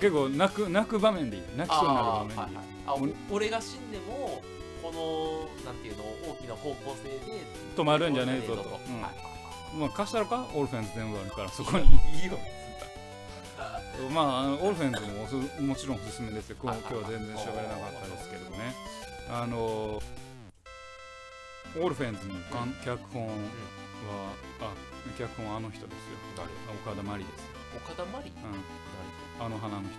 [SPEAKER 1] 結構泣く泣く場面でいい泣きそうになる
[SPEAKER 2] あ
[SPEAKER 1] 場面でいい
[SPEAKER 2] ー、はいはい、あお俺が死んでもこのなんていうの大きな方向性で
[SPEAKER 1] 止まるんじゃねえぞと、
[SPEAKER 2] はい
[SPEAKER 1] うん
[SPEAKER 2] はい
[SPEAKER 1] まあ貸したのかオルフェンズ全部あるからそこに
[SPEAKER 2] いいよ
[SPEAKER 1] [laughs] まああのオルフェンズもおすもちろんおすすめですよこう
[SPEAKER 2] はいはい
[SPEAKER 1] 今日は全然喋れなかったですけどねあのオルフェンズのかん脚本はあ脚本はあの人ですよ
[SPEAKER 2] 誰
[SPEAKER 1] 岡田真理です、
[SPEAKER 2] 岡田真理
[SPEAKER 1] うん、あの花の人です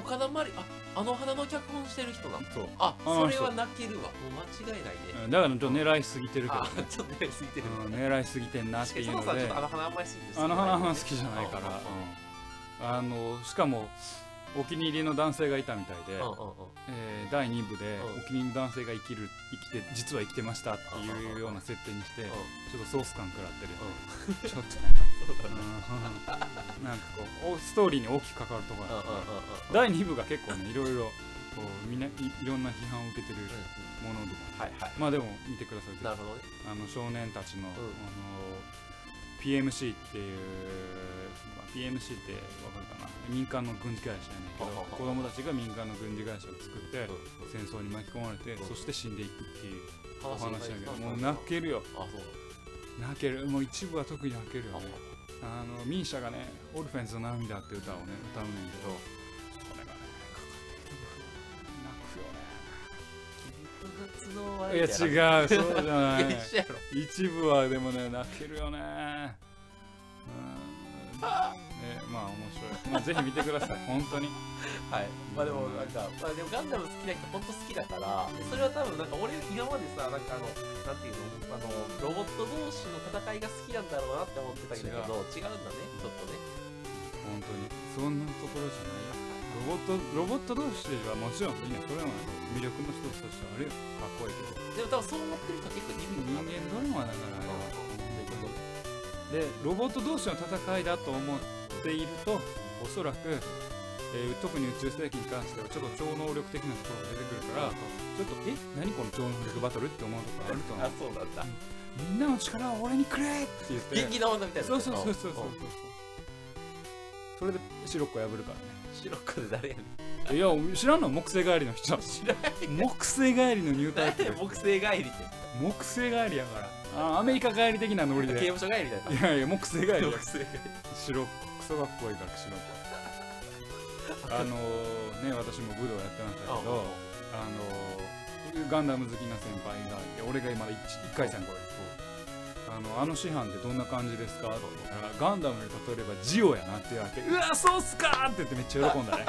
[SPEAKER 2] 岡田真理ああの花の脚本してる人なの
[SPEAKER 1] そう
[SPEAKER 2] あ
[SPEAKER 1] あの
[SPEAKER 2] そ
[SPEAKER 1] 人
[SPEAKER 2] れは泣けるわもう間違いないね、
[SPEAKER 1] だからちょっと狙いすぎてるけど
[SPEAKER 2] あ
[SPEAKER 1] ね、
[SPEAKER 2] ちょっとねついてる、
[SPEAKER 1] うん、狙いすぎてんなっ
[SPEAKER 2] 確か
[SPEAKER 1] て
[SPEAKER 2] に
[SPEAKER 1] いう
[SPEAKER 2] 佐
[SPEAKER 1] の
[SPEAKER 2] 藤
[SPEAKER 1] で
[SPEAKER 2] さんちょっとあの花あんまり好きです
[SPEAKER 1] あの花は好きじゃないから、うんあのしかもお気に入りの男性がいたみたいで、
[SPEAKER 2] うんうんうん
[SPEAKER 1] えー第2部で
[SPEAKER 2] うん
[SPEAKER 1] お気に入りの男性が生きる生きて実は生きてましたっていうような設定にしてちょっとソース感食らってるよねちょっとねうん [laughs] なんかこうおストーリーに大きく関わるところ
[SPEAKER 2] うんうんうんうんうんうん
[SPEAKER 1] 第2部が結構ねいろいろこうみんないいろんな批判を受けてるものでも
[SPEAKER 2] はいはい
[SPEAKER 1] まあでも見てください
[SPEAKER 2] なるほどね
[SPEAKER 1] あの少年たちの,、
[SPEAKER 2] ん
[SPEAKER 1] あの PMC っていう、まあ、PMC ってわかるかな民間の軍事会社やねんけど
[SPEAKER 2] ははは
[SPEAKER 1] 子供たちが民間の軍事会社を作って
[SPEAKER 2] うん
[SPEAKER 1] 戦争に巻き込まれて
[SPEAKER 2] うん
[SPEAKER 1] そして死んでいくっていうお話
[SPEAKER 2] 話が
[SPEAKER 1] だけど
[SPEAKER 2] う
[SPEAKER 1] も
[SPEAKER 2] ん
[SPEAKER 1] う泣けるよ
[SPEAKER 2] あそう
[SPEAKER 1] 泣けるもう一部は特に泣けるよ
[SPEAKER 2] なん
[SPEAKER 1] ね
[SPEAKER 2] だ
[SPEAKER 1] あのミーシャがね「オルフェンズの涙」って歌をね歌うねんけどこれがねかかってくる泣くよね
[SPEAKER 2] 夏の終わり
[SPEAKER 1] いや
[SPEAKER 2] みたな
[SPEAKER 1] 違うそうじゃない
[SPEAKER 2] いや一緒やろ
[SPEAKER 1] 一部はでもね泣けるよねうんねまあ面白い、まあ、ぜひ見てくだ [laughs] さい本当に
[SPEAKER 2] はい、まあでもなんか、まあでもガンダム好きな人本当好きだから、それは多分なんか俺今までさ、なんかあの、なんていうの、あの、ロボット同士の戦いが好きなんだろうなって思ってたけど、違
[SPEAKER 1] 違う
[SPEAKER 2] うんだね、ちょっとね。
[SPEAKER 1] 本当にそんなところじゃないよロボットロボット同士はもちろんいいねそれは魅力の一つとしてはあるよかっこいいけど
[SPEAKER 2] でも多分
[SPEAKER 1] 人間ドラマだからあれはでロボ
[SPEAKER 2] そう思ってる人は結構いるんだな。
[SPEAKER 1] ット同士の戦いだと思っているとおそらく、えー特に宇宙世紀に関してはちょっと超能力的なところが出てくるからちょっとえ何この超能力バトルって思うところあると思う
[SPEAKER 2] あ、そうなんだ。
[SPEAKER 1] みんなの力を俺にくれって言って
[SPEAKER 2] 元気の女みたいな。
[SPEAKER 1] そうそうそうそうそうそう
[SPEAKER 2] うん
[SPEAKER 1] それで白子破るか
[SPEAKER 2] 白子で誰やねん。
[SPEAKER 1] らねいや知らんの木星帰りの人
[SPEAKER 2] 知ら
[SPEAKER 1] 木星帰りのニュータイプ
[SPEAKER 2] 誰木星帰りって。
[SPEAKER 1] 木星帰りやからあアメリカ帰り的なノリで
[SPEAKER 2] 刑
[SPEAKER 1] い
[SPEAKER 2] 務所帰りみたいな。
[SPEAKER 1] やいや木星帰りや
[SPEAKER 2] 木星帰り。
[SPEAKER 1] 白クソかっこいいから白子あのー、ね私も武道やってましたけどあのー、ガンダム好きな先輩がいて俺が今 1, 一回戦これあのあの師範ってどんな感じですかって言ったらガンダムに例えばジオやなって言われてうわそうっすかーって言ってめっちゃ喜ん [laughs] だね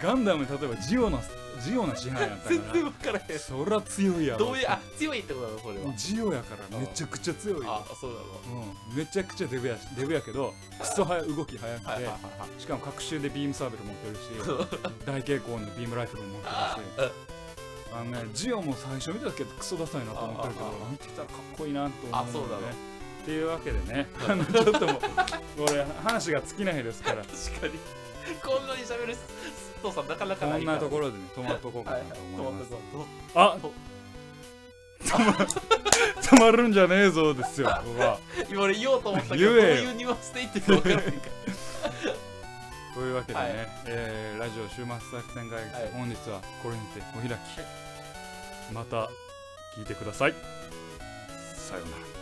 [SPEAKER 1] ガンダムに例えばジオのジオの師範やった
[SPEAKER 2] 全
[SPEAKER 1] か
[SPEAKER 2] 然
[SPEAKER 1] ら
[SPEAKER 2] 分からへん。
[SPEAKER 1] そりゃ強いやろ
[SPEAKER 2] どういう、あ、強いってことなの、それは。
[SPEAKER 1] ジオやからめちゃくちゃ強いよ
[SPEAKER 2] あ、そうなの。
[SPEAKER 1] うん、めちゃくちゃデブやしデブやけどクソはや動き早く
[SPEAKER 2] はいはい
[SPEAKER 1] て
[SPEAKER 2] はいはい。
[SPEAKER 1] しかも各種でビームサーベル持ってる
[SPEAKER 2] [laughs]
[SPEAKER 1] し大蛍光のビームライフルも持ってるしあのねジオも最初見た時はクソダサいなと思ったけど
[SPEAKER 2] あああ
[SPEAKER 1] 見てたらかっこいいなと
[SPEAKER 2] あ
[SPEAKER 1] 思う
[SPEAKER 2] そうだ
[SPEAKER 1] の
[SPEAKER 2] ろ
[SPEAKER 1] で
[SPEAKER 2] う
[SPEAKER 1] ねっていうわけで
[SPEAKER 2] [laughs]
[SPEAKER 1] ねあのちょっともう俺話が尽きないですから
[SPEAKER 2] 確かにこんなに喋るす父さんなかなか
[SPEAKER 1] こ
[SPEAKER 2] ない
[SPEAKER 1] んなとこ
[SPEAKER 2] ろ
[SPEAKER 1] ろでね止まっとこうかなと思います
[SPEAKER 2] す
[SPEAKER 1] あ
[SPEAKER 2] と
[SPEAKER 1] 止まるんじゃねえぞですよ僕は
[SPEAKER 2] 今俺言おうと思ったけどどう
[SPEAKER 1] 言えよ
[SPEAKER 2] いうニュアンスで言ってるか分からへんか
[SPEAKER 1] というわけでね、
[SPEAKER 2] はい
[SPEAKER 1] えーラジオ週末作戦会議室、
[SPEAKER 2] はい
[SPEAKER 1] 本日はこれにてお開きまた聞いてくださいさようなら